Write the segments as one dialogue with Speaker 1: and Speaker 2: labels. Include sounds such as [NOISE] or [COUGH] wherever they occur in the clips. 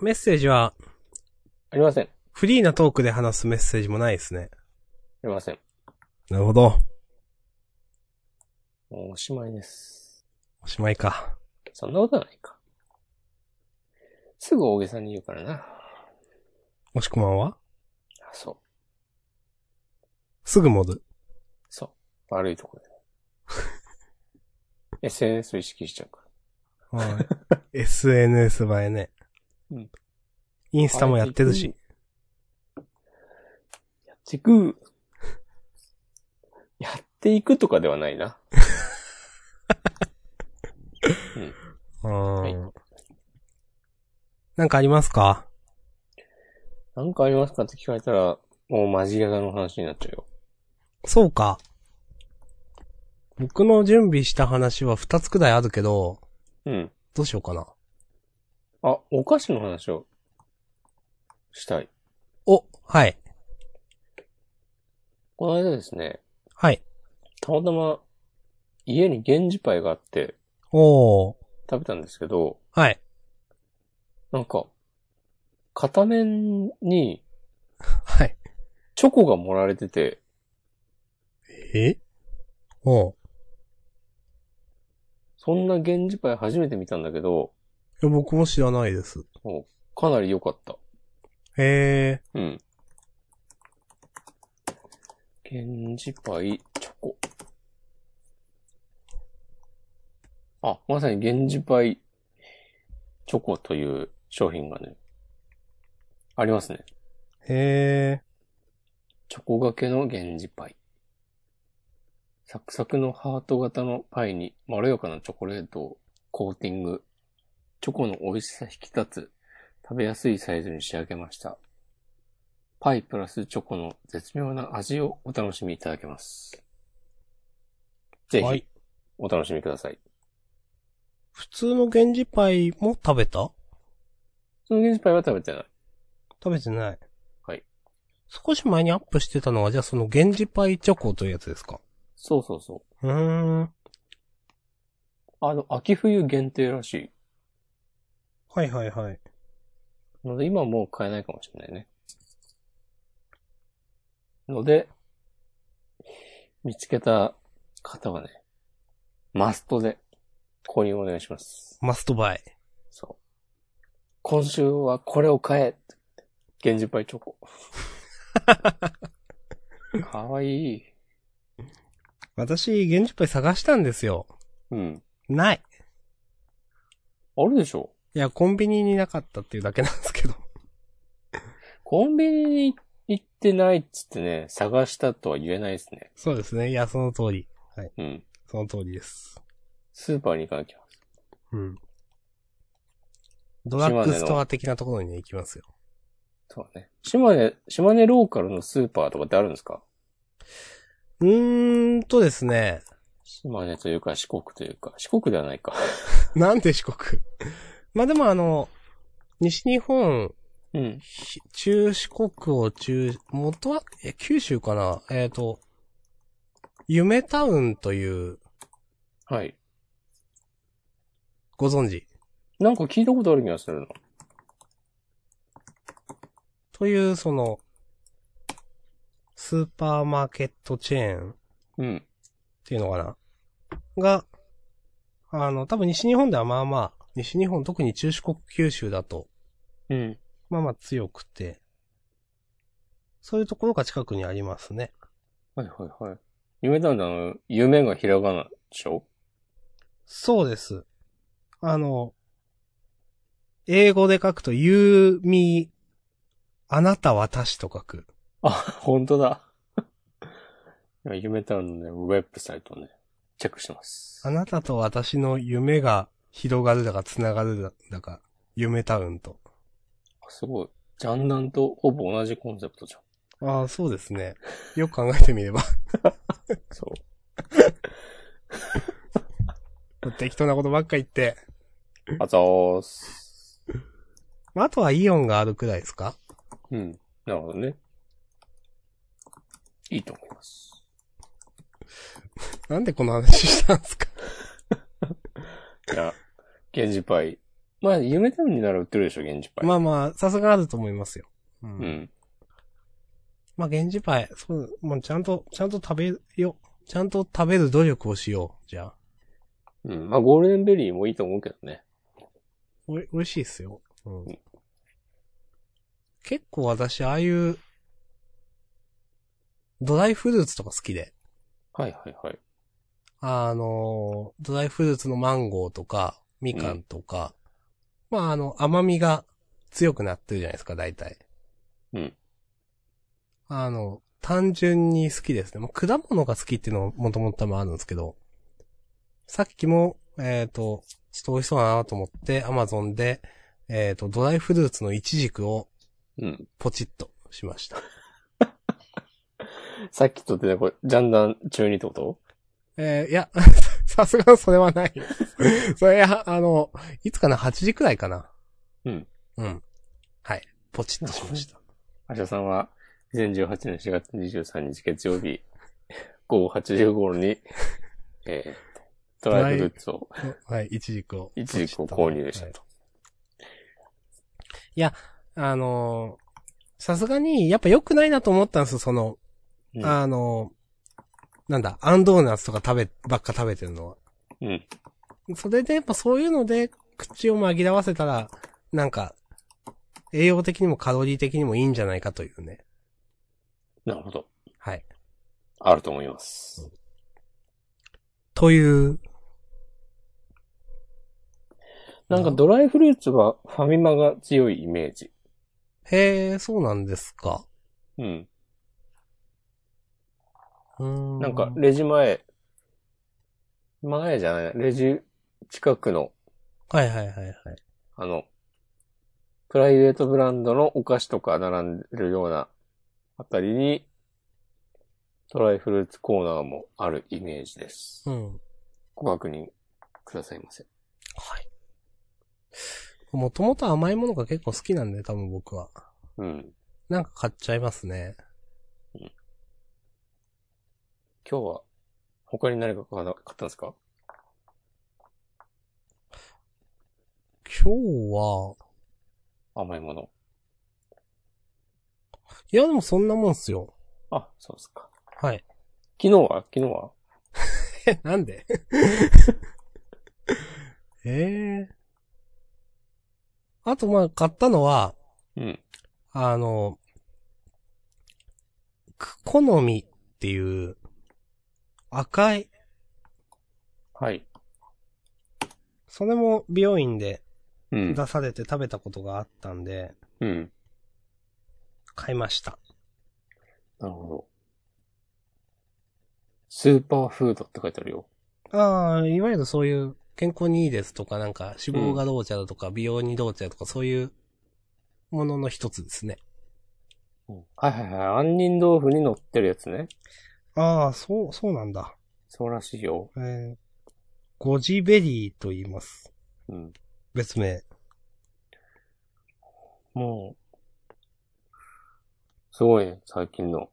Speaker 1: メッセージは、
Speaker 2: ありません。あ
Speaker 1: フリーなトークで話すメッセージもないですね。
Speaker 2: りません。
Speaker 1: なるほど。
Speaker 2: もうおしまいです。
Speaker 1: おしまいか。
Speaker 2: そんなことはないか。すぐ大げさに言うからな。
Speaker 1: もしくまんは
Speaker 2: あそう。
Speaker 1: すぐ戻る。
Speaker 2: そう。悪いとこ
Speaker 1: [LAUGHS]
Speaker 2: だよ。SNS を意識しちゃうか
Speaker 1: [LAUGHS]
Speaker 2: ら。
Speaker 1: はい。SNS 映えね。
Speaker 2: うん。
Speaker 1: インスタもやってるし。。
Speaker 2: やっていく。やっていくとかではないな。
Speaker 1: う
Speaker 2: はい
Speaker 1: ん。なんかありますか
Speaker 2: なんかありますかって聞かれたら、もうマジレガの話になっちゃうよ。
Speaker 1: そうか。僕の準備した話は二つくらいあるけど、
Speaker 2: うん。
Speaker 1: どうしようかな。
Speaker 2: あ、お菓子の話をしたい。
Speaker 1: お、はい。
Speaker 2: この間ですね、
Speaker 1: はい。
Speaker 2: たまたま家に源氏パイがあって
Speaker 1: おー。
Speaker 2: 食べたんですけど、
Speaker 1: はい。
Speaker 2: なんか、片面に
Speaker 1: はい。
Speaker 2: チョコが盛られてて、
Speaker 1: えおう
Speaker 2: そんな源氏パイ初めて見たんだけど、
Speaker 1: いや僕も知らないです。
Speaker 2: かなり良かった。
Speaker 1: へえ。
Speaker 2: うん。源氏パイ、チョコ。あ、まさに源氏パイ、チョコという商品がね、ありますね。
Speaker 1: へえ。
Speaker 2: チョコがけの源氏パイ。サクサクのハート型のパイにまろやかなチョコレートをコーティング。チョコの美味しさ引き立つ食べやすいサイズに仕上げました。パイプラスチョコの絶妙な味をお楽しみいただけます。ぜ
Speaker 1: は
Speaker 2: ひ
Speaker 1: い、
Speaker 2: お楽しみください。
Speaker 1: 普通の源氏パイも食べた
Speaker 2: その源氏パイは食べてない。
Speaker 1: 食べてない。
Speaker 2: はい。
Speaker 1: 少し前にアップしてたのは、じゃあその源氏パイチョコというやつですか
Speaker 2: そうそうそう
Speaker 1: ーん。
Speaker 2: う。あの、秋冬限定らし
Speaker 1: はいはいはい。
Speaker 2: い。ので、今はもう買えないかもしれないね。ので、見つけた方はね、マストで購入お願いします。
Speaker 1: マストバイ。
Speaker 2: そう。今週はこれを買え源氏パイチョ [LAUGHS] コ。かわいい。
Speaker 1: 私、源氏パイ探したんですよ。
Speaker 2: うん。
Speaker 1: ない。
Speaker 2: あるでしょ
Speaker 1: いや、コンビニになかったっていうだけなんですけど。 [LAUGHS]
Speaker 2: コンビニに行ってないっつってね、探したとは言えないですね。
Speaker 1: そうですね。いや、その通り。
Speaker 2: うん。
Speaker 1: その通りです。
Speaker 2: スーパーに行かなきゃ。
Speaker 1: うん。ドラッグストア的なところにね行きますよ。
Speaker 2: そうだね。島根、島根ローカルのスーパーとかってあるんですか
Speaker 1: うーんとですね。
Speaker 2: 島根というか四国というか、四国ではないか。
Speaker 1: [LAUGHS] なんで四国まあでもあの、西日本、
Speaker 2: うん。
Speaker 1: ひ中四国を中、元は、え、九州かなえっ、と、夢タウンという、
Speaker 2: はい。
Speaker 1: ご存知
Speaker 2: なんか聞いたことある気がするの。
Speaker 1: という、その、スーパーマーケットチェーンっ
Speaker 2: うん。
Speaker 1: ていうのかなが、あの、多分西日本ではまあまあ、西日本、特に中四国九州だと、
Speaker 2: うん。
Speaker 1: まあまあ強くて、そういうところが近くにありますね。
Speaker 2: はいはいはい。夢なんだ、あの、夢がひらがなでしょ [LAUGHS]
Speaker 1: そうです。あの、英語で書くと、you, me, あなた、私と書く。
Speaker 2: あ、本当だ。 [LAUGHS] いや夢タウンのね、ウェブサイトをね、チェックしてます。
Speaker 1: あなたと私の夢が広がるだか、繋がるだだか、夢タウンと。
Speaker 2: すごい。ジャンダンとほぼ同じコンセプトじゃん。
Speaker 1: ああ、そうですね。よく考えてみれば。
Speaker 2: そう。
Speaker 1: 適当なことばっか言って。
Speaker 2: あざーす。
Speaker 1: まああとはイオンがあるくらいですか
Speaker 2: うん。なるほどね。いいと思います。
Speaker 1: なんでこの話したんですか
Speaker 2: いや、源氏パイまあ、夢タウンになら売ってるでしょ、現地パイ。
Speaker 1: まあまあ、さすがだと思いますよ。う。
Speaker 2: うんん。
Speaker 1: まあ、源氏パイ、そう、もうちゃんと、ちゃんと食べよう。ちゃんと食べる努力をしよう。じゃあ。
Speaker 2: うん。まあ、ゴールデンベリーもいいと思うけどね。
Speaker 1: おい、美味しいっすよ。うん
Speaker 2: うん。
Speaker 1: 結構私、ああいう、ドライフルーツとか好きで。
Speaker 2: はいはいはい。
Speaker 1: あの、ドライフルーツのマンゴーとか、みかんとか、まあ、あの、甘みが強くなってるじゃないですか、大体。
Speaker 2: うん。
Speaker 1: あの、単純に好きですね。もう果物が好きっていうのももともと多分あるんですけど、さっきも、えっ、と、ちょっと美味しそうだなと思って、アマゾンで、えっ、と、ドライフルーツのイチジクを
Speaker 2: うん。
Speaker 1: ポチッとしました。
Speaker 2: さっきとってたこれ、ジャンダン中にってこと
Speaker 1: えーいや、 [LAUGHS] さすがにそれはない。 [LAUGHS] それは、あの、いつかな ?8 時くらいかな
Speaker 2: うん。
Speaker 1: うん。はい。ポチッとしました。
Speaker 2: アシャさんは、2018年4月23日月曜日、 [LAUGHS] 午後8時頃に、えー、ドライフルーツを、
Speaker 1: はい、イチジクを。
Speaker 2: イチジクを購入した
Speaker 1: ポチッ
Speaker 2: と。
Speaker 1: はいあのーさすがに、やっぱ良くないなと思ったんですよ、その、
Speaker 2: うん
Speaker 1: あのーなんだ、アンドーナツとか食べ、ばっか食べてるのは。
Speaker 2: うん。
Speaker 1: それで、やっぱそういうので、口を紛らわせたら、なんか、栄養的にもカロリー的にもいいんじゃないかというね。
Speaker 2: なるほど。
Speaker 1: はい。
Speaker 2: あると思います。
Speaker 1: という。
Speaker 2: なんかドライフルーツはファミマが強いイメージ。
Speaker 1: へえ、そうなんですか。
Speaker 2: うん。
Speaker 1: うーん。
Speaker 2: なんか、レジ前、前じゃない、レジ近くの、
Speaker 1: はいはいはいはい。
Speaker 2: あの、プライベートブランドのお菓子とか並んでるようなあたりに、ドライフルーツコーナーもあるイメージです
Speaker 1: う。ん。はい。
Speaker 2: ご確認くださいませ。
Speaker 1: もともと甘いものが結構好きなんで、多分僕は。
Speaker 2: うん。
Speaker 1: なんか買っちゃいますね。
Speaker 2: 今日は、他に何か買わな買ったんですか
Speaker 1: 今日は、
Speaker 2: 甘いもの。
Speaker 1: いやでもそんなもんっすよ。
Speaker 2: あ、そうですか。
Speaker 1: はい。
Speaker 2: 昨日は昨日は
Speaker 1: え、なんで [LAUGHS] ええあとまあ買ったのは、
Speaker 2: うん。
Speaker 1: あの、クコノミっていう赤い
Speaker 2: はい。
Speaker 1: それも美容院で
Speaker 2: うん。
Speaker 1: 出されて食べたことがあったんで、
Speaker 2: うん。
Speaker 1: 買いました。
Speaker 2: なるほど。スーパーフードって書いてあるよ。
Speaker 1: ああ、いわゆるそういう健康にいいですとか、なんか脂肪がどうちゃだとか、美容にどうちゃだとか、そういうものの一つですね。
Speaker 2: はいはいはい。杏仁豆腐に乗ってるやつね。
Speaker 1: ああ、そう、そうなんだ。
Speaker 2: そうらしいよ。
Speaker 1: えー、ゴジベリーと言います。
Speaker 2: うん。
Speaker 1: 別名。
Speaker 2: もう、すごいね、最近の、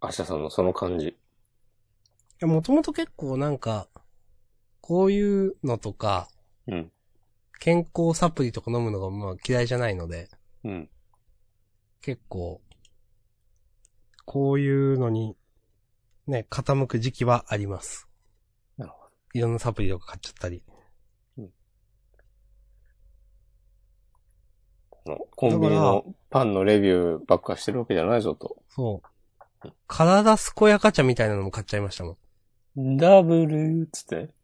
Speaker 2: アシャさんのその感じ。
Speaker 1: いや、もともと結構なんか、こういうのとか、
Speaker 2: うん。
Speaker 1: 健康サプリとか飲むのがまあ嫌いじゃないので、
Speaker 2: うん。
Speaker 1: 結構、こういうのに、ね、傾く時期はあります。
Speaker 2: なるほど。
Speaker 1: いろんなサプリとか買っちゃったり。
Speaker 2: このコンビニのパンのレビューばっかしてるわけじゃないぞと。
Speaker 1: そう。体健やか茶みたいなのも買っちゃいましたもん。 [LAUGHS]
Speaker 2: ダブルっつってね。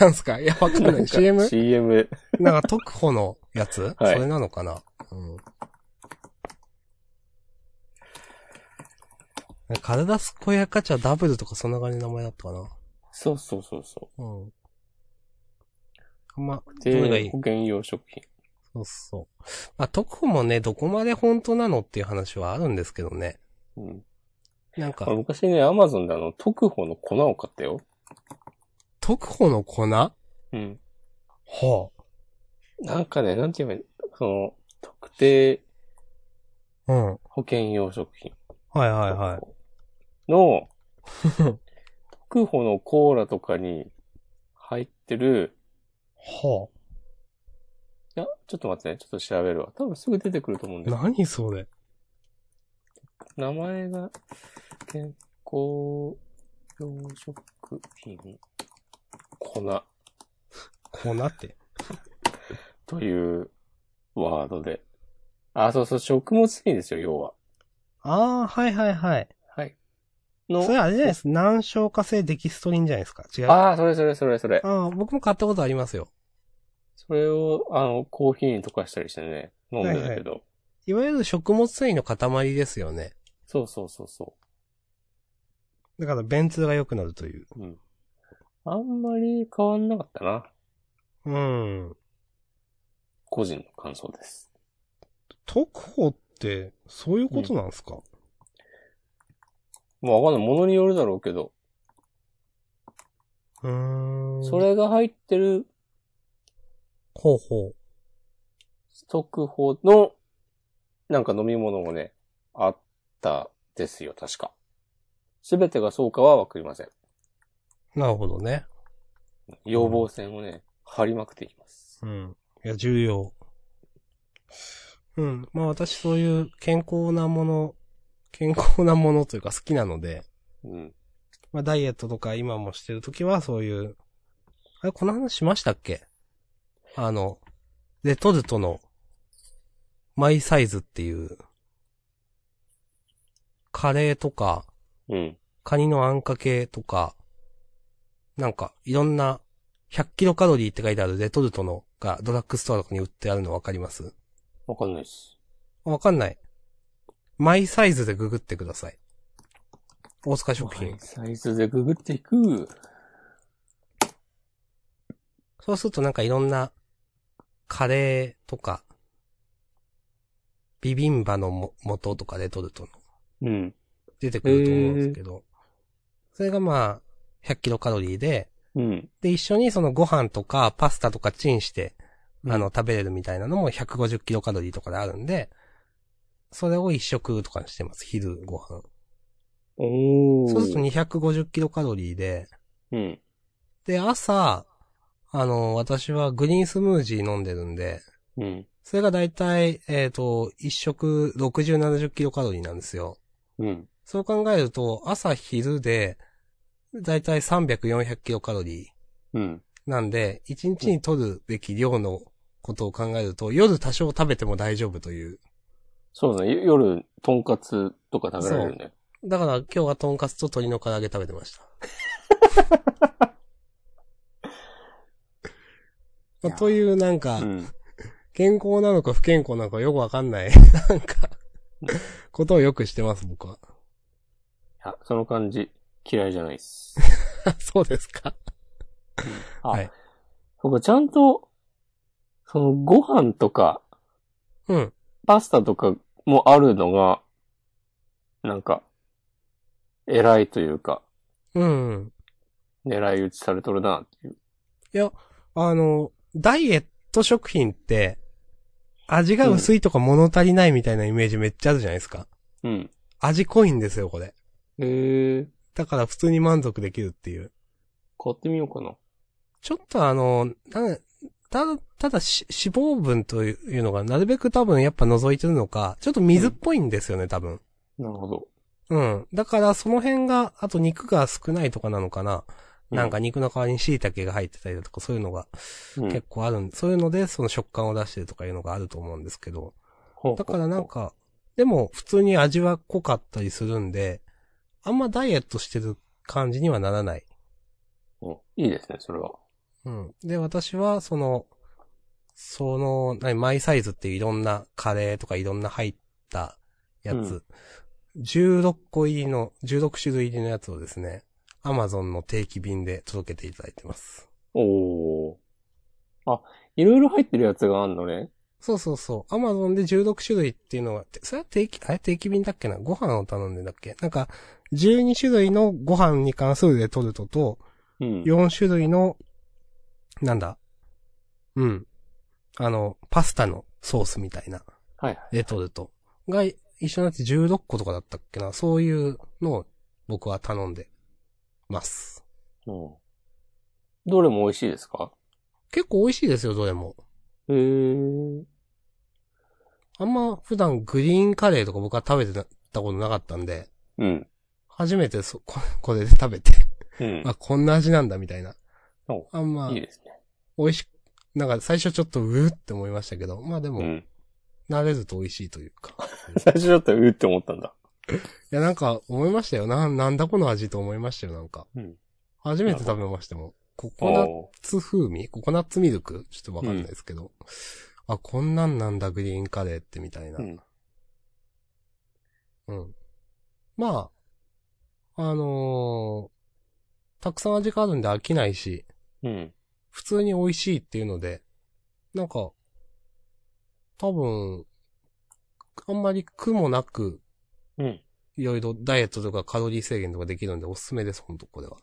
Speaker 1: なんすかいや、わかん
Speaker 2: な
Speaker 1: なんい。
Speaker 2: か
Speaker 1: CM?
Speaker 2: ?CM で。
Speaker 1: なんか特保のやつ、
Speaker 2: はい
Speaker 1: それなのかなうん。体健やか茶ダブルとかそんな感じの名前だったかな
Speaker 2: そうそうそうそ
Speaker 1: うん。あんま、
Speaker 2: う。
Speaker 1: どれがい
Speaker 2: で、
Speaker 1: い
Speaker 2: 保険用食品。
Speaker 1: そうそう。まあ、特保もね、どこまで本当なのっていう話はあるんですけどね。
Speaker 2: うん。
Speaker 1: なんか
Speaker 2: あ、昔ね、アマゾンであの、特保の粉を買ったよ。
Speaker 1: 特保の粉は
Speaker 2: うん。
Speaker 1: あ。
Speaker 2: なんかね、なんて言えばいいその、特定
Speaker 1: うん。はい
Speaker 2: 保険用食品。
Speaker 1: はいはい。
Speaker 2: い。の、特保のコーラとかに入ってる
Speaker 1: は
Speaker 2: や、ちょっと待ってね。ちょっと調べるわ。多分すぐ出てくると思うんです
Speaker 1: 何それ
Speaker 2: 名前が、健康養殖品、粉
Speaker 1: 粉って。
Speaker 2: というワードで。あ、そうそう、食物繊維ですよ、要は。
Speaker 1: ああ、はいはいはい。
Speaker 2: はい。の
Speaker 1: それあれじゃないです。難消化性デキストリンじゃないですか。違う。あ
Speaker 2: ああ、それそれそれそれ。
Speaker 1: あー、僕も買ったことありますよ。
Speaker 2: それを、あの、コーヒーに溶かしたりしてね、飲んでるんだけど。
Speaker 1: いわゆる食物繊維の塊ですよね。
Speaker 2: そうそうそうそ
Speaker 1: だから便通が良くなるという。
Speaker 2: う。うん。あんまり変わんなかったな。
Speaker 1: うん。
Speaker 2: 個人の感想です。
Speaker 1: 特報って、そういうことなんですか、
Speaker 2: もうわかんない。ものによるだろうけど、
Speaker 1: うーん。
Speaker 2: それが入ってる
Speaker 1: ほうほう。
Speaker 2: 特報の、なんか飲み物もね、あったですよ、確か。すべてがそうかはわかりません。
Speaker 1: なるほどね。
Speaker 2: 要望線をね、張りまくっていきます。
Speaker 1: うん。いや、重要。うん。まあ私そういう健康なもの、健康なものというか好きなので、
Speaker 2: うん。
Speaker 1: まあダイエットとか今もしてるときはそういう、あれ、この話しましたっけあの、レトルトの、マイサイズっていう、カレーとか、
Speaker 2: うん。
Speaker 1: カニのあんかけとか、なんか、いろんな、100キロカロリーって書いてあるレトルトのがドラッグストアとかに売ってあるのわかります
Speaker 2: わかんないです。
Speaker 1: わかんない。マイサイズでググってください。大塚食品。
Speaker 2: サイズでググっていく。
Speaker 1: そうするとなんかいろんな、カレーとか、ビビンバのも元とかレトルトの
Speaker 2: うん。
Speaker 1: 出てくると思うんですけど、それがまあ、100キロカロリーで、
Speaker 2: うん。
Speaker 1: で、一緒にそのご飯とかパスタとかチンして、あの、食べれるみたいなのも150キロカロリーとかであるんで、それを一食とかにしてます、昼ご飯。
Speaker 2: お
Speaker 1: そうすると250キロカロリーで、
Speaker 2: うん。
Speaker 1: で、朝、あの、私はグリーンスムージー飲んでるんで、
Speaker 2: うん。
Speaker 1: それがだいたい、えっ、と、一食60、70キロカロリーなんですよ。
Speaker 2: うん。
Speaker 1: そう考えると、朝昼で、だいたい300、400キロカロリー。
Speaker 2: うん。
Speaker 1: なんで、一日に取るべき量のことを考えると、夜多少食べても大丈夫という。
Speaker 2: そうだね。よ夜、とんかつとか食べられるね。
Speaker 1: だから今日はトンカツと鶏の唐揚げ食べてました。まあ
Speaker 2: いや
Speaker 1: というなんか、
Speaker 2: うん。
Speaker 1: 健康なのか不健康なのかよくわかんない、なんか、ことをよくしてます、僕は。
Speaker 2: あ、その感じ、嫌いじゃない
Speaker 1: [LAUGHS]
Speaker 2: です。
Speaker 1: そうですか
Speaker 2: あ、
Speaker 1: はい
Speaker 2: そうか、ちゃんと、その、ご飯とか、
Speaker 1: うん。
Speaker 2: パスタとかもあるのが、なんか、偉いというか、
Speaker 1: うんうん。
Speaker 2: 狙い撃ちされとるな、っていう。
Speaker 1: いや、あの、ダイエット食品って、味が薄いとか物足りないみたいなイメージめっちゃあるじゃないですか。
Speaker 2: うん。
Speaker 1: 味濃いんですよ、これ。
Speaker 2: へえ、
Speaker 1: だから普通に満足できるっていう。
Speaker 2: 買ってみようかな。
Speaker 1: ちょっとあの、なただ、ただし脂肪分というのがなるべく多分やっぱ覗いてるのか、ちょっと水っぽいんですよね、多分。
Speaker 2: なるほど。
Speaker 1: うん。だからその辺が、あと肉が少ないとかなのかな。なんか肉の代わりに椎茸が入ってたりだとかそういうのが
Speaker 2: うん、
Speaker 1: 結構あるん、そういうのでその食感を出してるとかいうのがあると思うんですけど。
Speaker 2: 構
Speaker 1: だからなん、か、でも普通に味は濃かったりするんで、あんまダイエットしてる感じにはならない。
Speaker 2: うんいいですね、それは。
Speaker 1: うん。で、私は、その、その、何、マイサイズっていういろんなカレーとかいろんな入ったやつ、16個入りの、16種類入りのやつをですね、アマゾンの定期便で届けていただいてます。
Speaker 2: おー。あ、いろいろ入ってるやつがあんのね。
Speaker 1: そうそうそう。アマゾンで16種類っていうのが、てそれは定期、あれ定期便だっけなご飯を頼んでんだっけなんか、12種類のご飯に関するレトルトと、
Speaker 2: うん。
Speaker 1: 4種類の、なんだ、うん。あの、パスタのソースみたいな、
Speaker 2: はいはい。
Speaker 1: レトルトが一緒になって16個とかだったっけな、そういうのを僕は頼んでます。
Speaker 2: うん。どれも美味しいですか
Speaker 1: 結構美味しいですよ、どれも。
Speaker 2: へー。
Speaker 1: あんま普段グリーンカレーとか僕は食べてたことなかったんで、
Speaker 2: うん。
Speaker 1: 初めてそ、 [LAUGHS] ここれで食べて、
Speaker 2: うん。
Speaker 1: あ、こんな味なんだみたいな
Speaker 2: お。
Speaker 1: あんま
Speaker 2: いい、ですね。
Speaker 1: 美味しく、なんか最初ちょっとうーって思いましたけど、まあで
Speaker 2: う
Speaker 1: も、
Speaker 2: ん。
Speaker 1: 慣れると美味しいというか。
Speaker 2: 最初だったらうーって思ったんだ。
Speaker 1: いや、なんか思いましたよ。な、なんだこの味と思いましたよ、なんか。
Speaker 2: うん。
Speaker 1: 初めて食べましたもん。ココナッ
Speaker 2: お
Speaker 1: ツ風味ココナッツミルクちょっとわかんないですけど。あ、こんなんなんだ、グリーンカレーってみたいな。
Speaker 2: ー。うん。
Speaker 1: うん。まあ、あのーたくさん味があるんで飽きないし、
Speaker 2: うん。
Speaker 1: 普通に美味しいっていうので、なんか、多分、あんまり苦もなく、
Speaker 2: うん。
Speaker 1: いろいろダイエットとかカロリー制限とかできるんでおすすめです、ほんとこれは。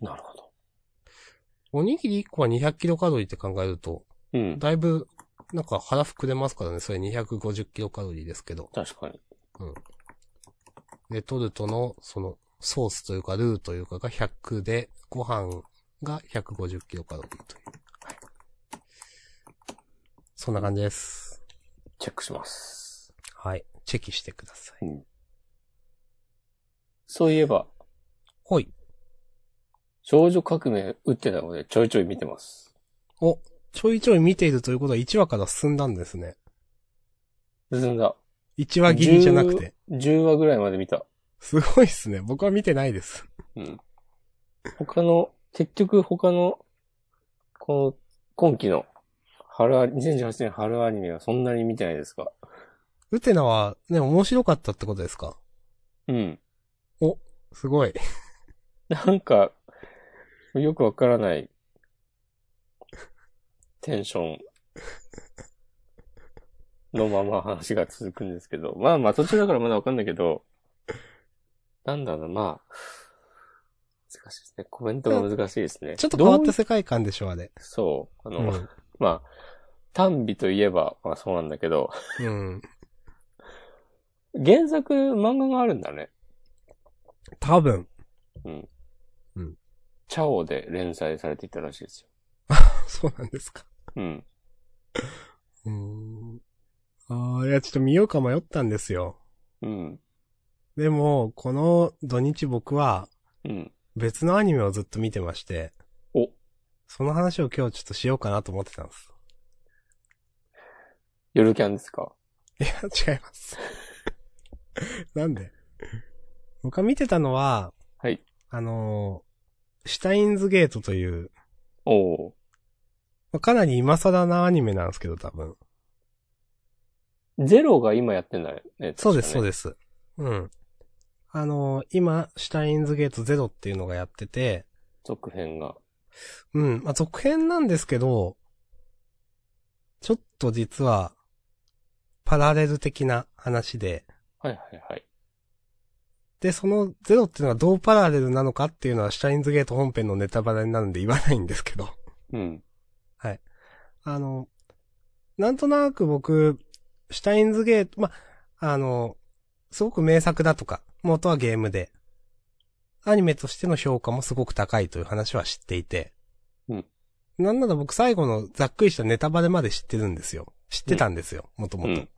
Speaker 2: なるほど。
Speaker 1: おにぎり1個は200キロカロリーって考えると、
Speaker 2: うん。
Speaker 1: だいぶ、なんか腹膨れますからね、それ250キロカロリーですけど。
Speaker 2: 確かに。
Speaker 1: レトルトの、その、ソースというか、ルーというかが100で、ご飯が150キロカロリーという。はい。そんな感じです。
Speaker 2: チェックします。
Speaker 1: はい。チェキしてください。
Speaker 2: そういえば、
Speaker 1: ほい。
Speaker 2: 少女革命打ってたのでちょいちょい見てます。
Speaker 1: お、ちょいちょい見ているということは1話から進んだんですね。
Speaker 2: 進んだ。
Speaker 1: 1話切りじゃなくて。
Speaker 2: 10。10話ぐらいまで見た。
Speaker 1: すごいっすね。僕は見てないです。
Speaker 2: うん。他の、結局他の、この、今期の春アニ、2018年春アニメはそんなに見てないですが。
Speaker 1: ウテナはね、面白かったってことですか
Speaker 2: うん。
Speaker 1: すごい。
Speaker 2: [LAUGHS] なんか、よくわからない、テンション、のまま話が続くんですけど。まあまあ途中だからまだわかんないけど、なんだろうな、まあ、難しいですね。コメントが難しいですね。
Speaker 1: ちょっと変わっ
Speaker 2: ど
Speaker 1: た
Speaker 2: うい
Speaker 1: 世界観でしょ、あれ。
Speaker 2: そう。あ
Speaker 1: う
Speaker 2: の、
Speaker 1: ん。
Speaker 2: [LAUGHS] まあ、単美といえば、まあそうなんだけど、
Speaker 1: うん。
Speaker 2: 原作漫画があるんだね。
Speaker 1: 多分。
Speaker 2: チャオで連載されていたらしいですよ。
Speaker 1: [LAUGHS] そうなんですか。
Speaker 2: うん。
Speaker 1: うーん。ああ、いや、ちょっと見ようか迷ったんですよ。
Speaker 2: うん。
Speaker 1: でも、この土日僕は
Speaker 2: うん。
Speaker 1: 別のアニメをずっと見てまして、
Speaker 2: お、
Speaker 1: その話を今日ちょっとしようかなと思ってたんです。 [LAUGHS]
Speaker 2: 夜キャンですか
Speaker 1: いや、違います。 [LAUGHS] なんで僕が見てたのは、
Speaker 2: はい。
Speaker 1: あのーシュタインズゲートという、
Speaker 2: おー
Speaker 1: まあかなり今更なアニメなんですけど、多分。
Speaker 2: ゼロが今やってんだね。
Speaker 1: そうです、そう
Speaker 2: で
Speaker 1: です。うん。あのー今、シュタインズゲートゼロっていうのがやってて、
Speaker 2: す。続編が。
Speaker 1: うん。まあ、続編なんですけど、ちょっと実は、パラレル的な話で、
Speaker 2: はいはいはい。
Speaker 1: で、そのゼロっていうのはどうパラレルなのかっていうのは、シュタインズゲート本編のネタバレになるんで言わないんですけど、
Speaker 2: うん。
Speaker 1: あの、なんとなく僕、シュタインズゲート、まあ、あの、すごく名作だとか、元はゲームで、アニメとしての評価もすごく高いという話は知っていて、
Speaker 2: うん。
Speaker 1: なんなら僕最後のざっくりしたネタバレまで知ってるんですよ。知ってたんですよ、もとも
Speaker 2: う
Speaker 1: と
Speaker 2: ん。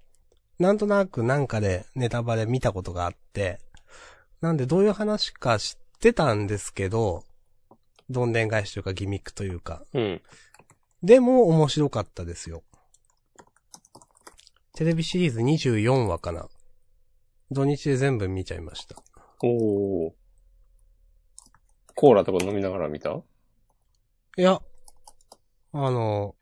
Speaker 1: なんとなくなんかでネタバレ見たことがあって、なんでどういう話か知ってたんですけど、どんでん返しというかギミックというか、
Speaker 2: うん。
Speaker 1: でも面白かったですよ。テレビシリーズ24話かな。土日で全部見ちゃいました。
Speaker 2: おーコーラとか飲みながら見た
Speaker 1: いや、あの、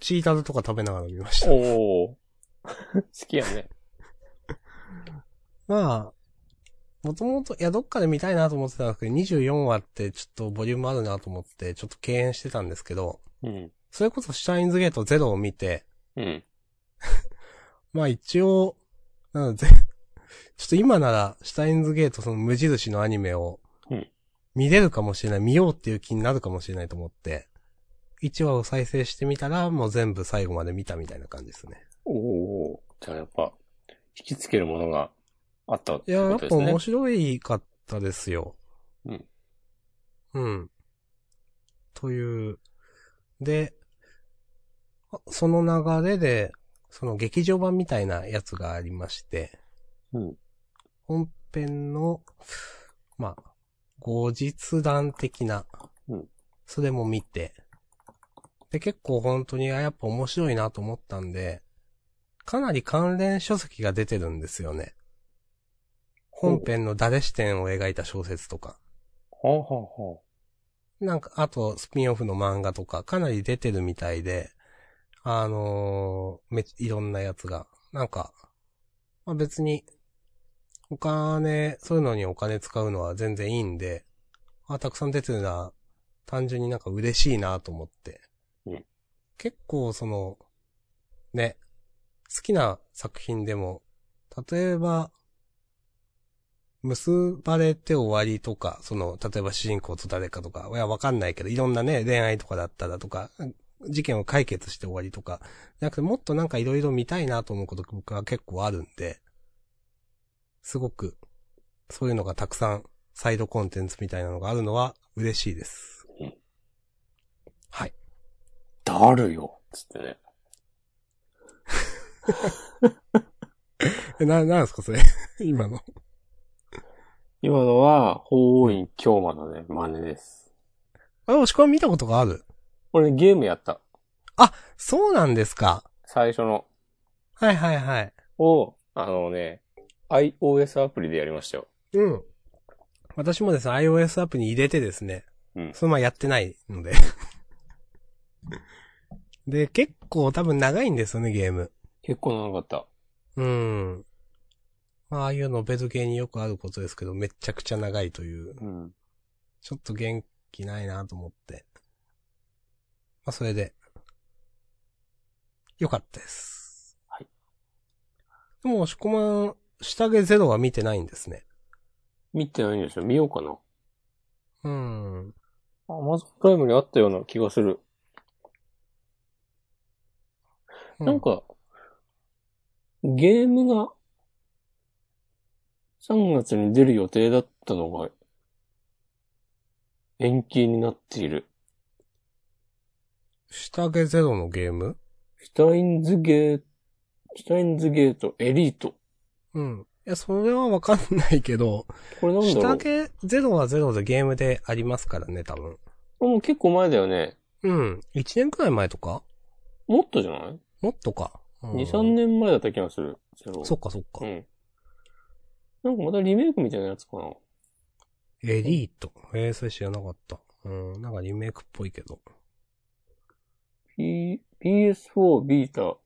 Speaker 1: チータルとか食べながら見ました。 [LAUGHS]
Speaker 2: おー [LAUGHS] 好きやね。
Speaker 1: まあ、もともと、いや、どっかで見たいなと思ってたんですけど、24話ってちょっとボリュームあるなと思って、ちょっと敬遠してたんですけど、
Speaker 2: うん。
Speaker 1: それこそシュタインズゲート0を見て、
Speaker 2: うん。
Speaker 1: まあ一応、なので、ちょっと今なら、シュタインズゲートその無印のアニメを
Speaker 2: うん、
Speaker 1: 見れるかもしれない、見ようっていう気になるかもしれないと思って、1話を再生してみたら、もう全部最後まで見たみたいな感じですね。
Speaker 2: おーじゃあやっぱ、引きつけるものがあったって
Speaker 1: いや、や
Speaker 2: こ
Speaker 1: っ
Speaker 2: とで
Speaker 1: ぱ
Speaker 2: すね。
Speaker 1: 面白いかったですよ。
Speaker 2: うん。
Speaker 1: うん。という。で、あその流れで、その劇場版みたいなやつがありまして、
Speaker 2: うん。
Speaker 1: 本編の、まあ、後日談的な、
Speaker 2: うん
Speaker 1: それも見て、で、結構本当に、あ、やっぱ面白いなと思ったんで、かなり関連書籍が出てるんですよね。本編の誰視点を描いた小説とか、
Speaker 2: はあ、はあはあ、
Speaker 1: なんか、あと、スピンオフの漫画とか、かなり出てるみたいで、あのーめ、いろんなやつが、なんか、まあ、別に、お金、そういうのにお金使うのは全然いいんで、あ、たくさん出てるな、単純になんか嬉しいなと思って。
Speaker 2: うん
Speaker 1: 結構その、ね、好きな作品でも、例えば、結ばれて終わりとか、その、例えば主人公と誰かとか、いや、わかんないけど、いろんなね、恋愛とかだったらとか、事件を解決して終わりとか、じゃなくてもっとなんかいろいろ見たいなと思うことが僕は結構あるんで、すごく、そういうのがたくさん、サイドコンテンツみたいなのがあるのは嬉しいです。 [LAUGHS]
Speaker 2: だるよ。つってね。
Speaker 1: え、な、なんですかそれ [LAUGHS] 今の。
Speaker 2: 今のは、法院京馬のね、真似です。
Speaker 1: あれ、押し込み見たことがある
Speaker 2: 俺ゲームやった。
Speaker 1: そうなんですか。
Speaker 2: 最初の。
Speaker 1: はいはいはい。
Speaker 2: を、あのね、iOS アプリでやりましたよ。
Speaker 1: うん。私もですね、iOS アプリに入れてですね、
Speaker 2: うん
Speaker 1: そのままやってないので。 [LAUGHS] で、結構多分長いんですよね、ゲーム。
Speaker 2: 結構長かった。
Speaker 1: うん。まあ、ああいうのベルゲーによくあることですけど、めちゃくちゃ長いという。
Speaker 2: うん。
Speaker 1: ちょっと元気ないなと思って。まあ、それで。よかったです。
Speaker 2: はい。
Speaker 1: でも、押し込まん、下着ゼロは見てないんですね。
Speaker 2: 見てないんですよ。見ようかな。
Speaker 1: うん。
Speaker 2: アマゾンプライムにあったような気がする。なんか、ゲームが、3月に出る予定だったのが、延期になっている。
Speaker 1: 下着ゼロのゲーム
Speaker 2: シュタインズゲート、シュタインズゲート、エリート。
Speaker 1: うん。いや、それはわかんないけど、
Speaker 2: これなんだろ
Speaker 1: 下
Speaker 2: う
Speaker 1: 着ゼロはゼロでゲームでありますからね、多分。
Speaker 2: もう結構前だよね。
Speaker 1: うん。1年くらい前とか
Speaker 2: もっとじゃない
Speaker 1: もっとか。うん
Speaker 2: ?2、3年前だった気がする。ゼロ。
Speaker 1: そっかそっか。
Speaker 2: うん。なんかまたリメイクみたいなやつかな。
Speaker 1: エリート。えー、それ知らなかった。うん、なんかリメイクっぽいけど。
Speaker 2: P、PS4 ビータ、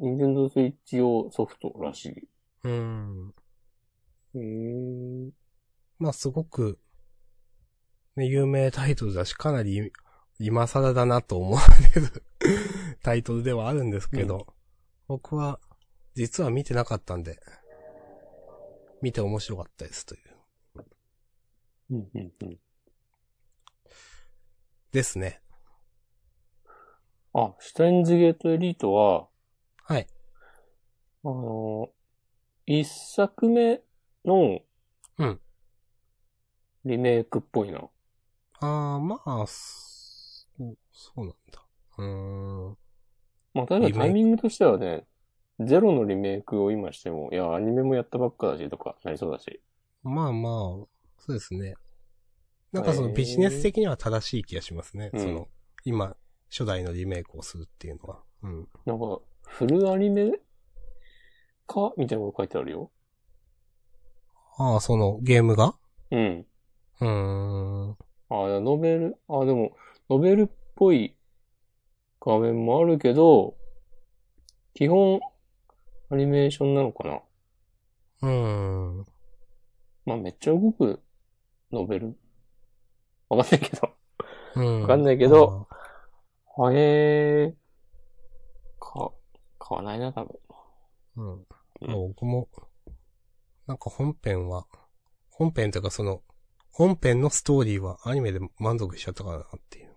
Speaker 2: Nintendo Switch 用ソフトらしい。
Speaker 1: うん。
Speaker 2: へー
Speaker 1: まあ、すごく、ね、有名タイトルだし、かなり今更だなと思われる [LAUGHS] タイトルではあるんですけど、僕は実は見てなかったんで、見て面白かったですという。
Speaker 2: うんうんうん。
Speaker 1: ですね。
Speaker 2: あ、シュタインズゲートエリートは、
Speaker 1: はい。
Speaker 2: あのー、一作目の、
Speaker 1: うん。
Speaker 2: リメイクっぽいな。
Speaker 1: あー、まあ、そう、そうなんだ。うーん。
Speaker 2: まあ、ただタイミングとしてはね、ゼロのリメイクを今しても、いや、アニメもやったばっかだしとか、なりそうだし。
Speaker 1: まあまあ、そうですね。なんかそのビジネス的には正しい気がしますね。
Speaker 2: うん
Speaker 1: その、今、初代のリメイクをするっていうのは。うん。
Speaker 2: なんか、フルアニメかみたいなこと書いてあるよ。
Speaker 1: ああ、そのゲームが
Speaker 2: うん。
Speaker 1: うーん。
Speaker 2: あ、ノベル、あ、でも、ノベルっぽい画面もあるけど、基本、アニメーションなのかな。
Speaker 1: うーん。
Speaker 2: まあ、めっちゃ動く、ノベル。わかんないけど。 [LAUGHS]
Speaker 1: うん。
Speaker 2: わかんないけど。はえー、か、買わないな、多分。
Speaker 1: うん。まあ僕も、なんか本編は、本編というかその、本編のストーリーはアニメで満足しちゃったからなっていう。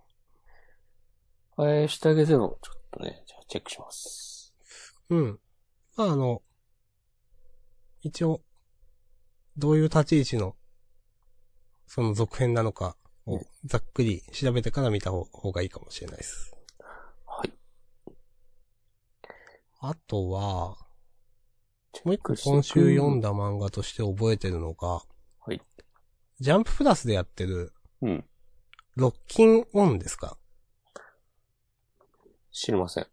Speaker 2: えー、下げゼロ。ちょっとね、じゃあチェックします。
Speaker 1: うん。まあ、あの、一応、どういう立ち位置の、その続編なのか、をざっくり調べてから見た方方がいいかもしれないです。
Speaker 2: はい。
Speaker 1: あとは、
Speaker 2: チェ
Speaker 1: もう
Speaker 2: ッ
Speaker 1: 一個
Speaker 2: クして
Speaker 1: 今週読んだ漫画として覚えてるのが、
Speaker 2: はい。
Speaker 1: ジャンププラスでやってる、
Speaker 2: うん。
Speaker 1: ロッキンオンですか
Speaker 2: 知りません。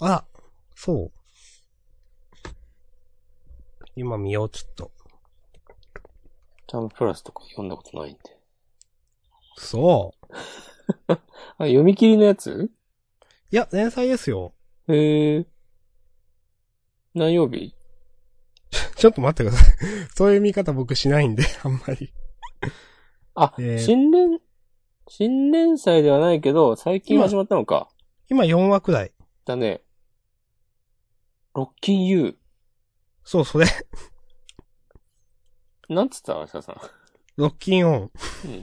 Speaker 1: あら、そう。今見よう、ちょっと。
Speaker 2: ジャンププラスとか読んだことないんで。
Speaker 1: そう。
Speaker 2: あ、読み切りのやつ
Speaker 1: いや、連載ですよ。
Speaker 2: へえ。何曜日
Speaker 1: ちょっと待ってください。 [LAUGHS] そういう見方僕しないんで、 [LAUGHS] あんまり。
Speaker 2: あ、
Speaker 1: えー
Speaker 2: 新連、新連載ではないけど、最近
Speaker 1: 今
Speaker 2: 始まったのか。
Speaker 1: 今4話くらい。
Speaker 2: だね。ロッキン U。
Speaker 1: そう、それ。 [LAUGHS]
Speaker 2: なんつった明日さん。
Speaker 1: ロッキンオン。
Speaker 2: うん。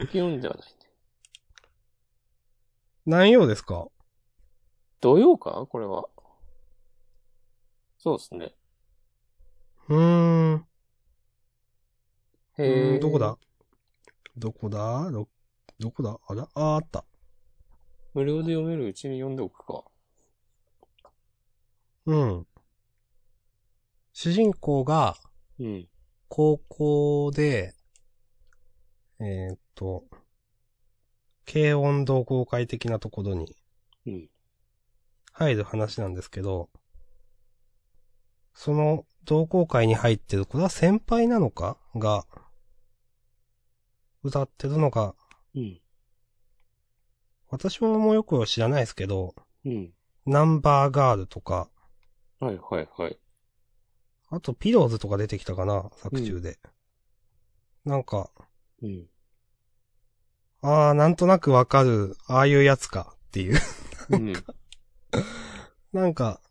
Speaker 2: ロッキン U ではない。
Speaker 1: 何曜ですか
Speaker 2: 土曜かこれは。そうですね。
Speaker 1: うーん。う
Speaker 2: へ
Speaker 1: ー
Speaker 2: え。
Speaker 1: んどこだどこだど、どこだあらあー、あった。
Speaker 2: 無料で読めるうちに読んでおくか。
Speaker 1: うん。主人公が
Speaker 2: うん。
Speaker 1: 高校で、えーっと、軽音同好会的なところに
Speaker 2: うん。
Speaker 1: 入る話なんですけど、その同好会に入ってる、これは先輩なのかが、歌ってるのが、
Speaker 2: うん。
Speaker 1: 私もよく知らないですけど、
Speaker 2: うん。
Speaker 1: ナンバーガールとか、
Speaker 2: はいはいはい。
Speaker 1: あとピローズとか出てきたかな、作中で。なんか、
Speaker 2: うん。
Speaker 1: ああ、なんとなくわかる、ああいうやつかっていう。 [LAUGHS]
Speaker 2: うん。
Speaker 1: なんか、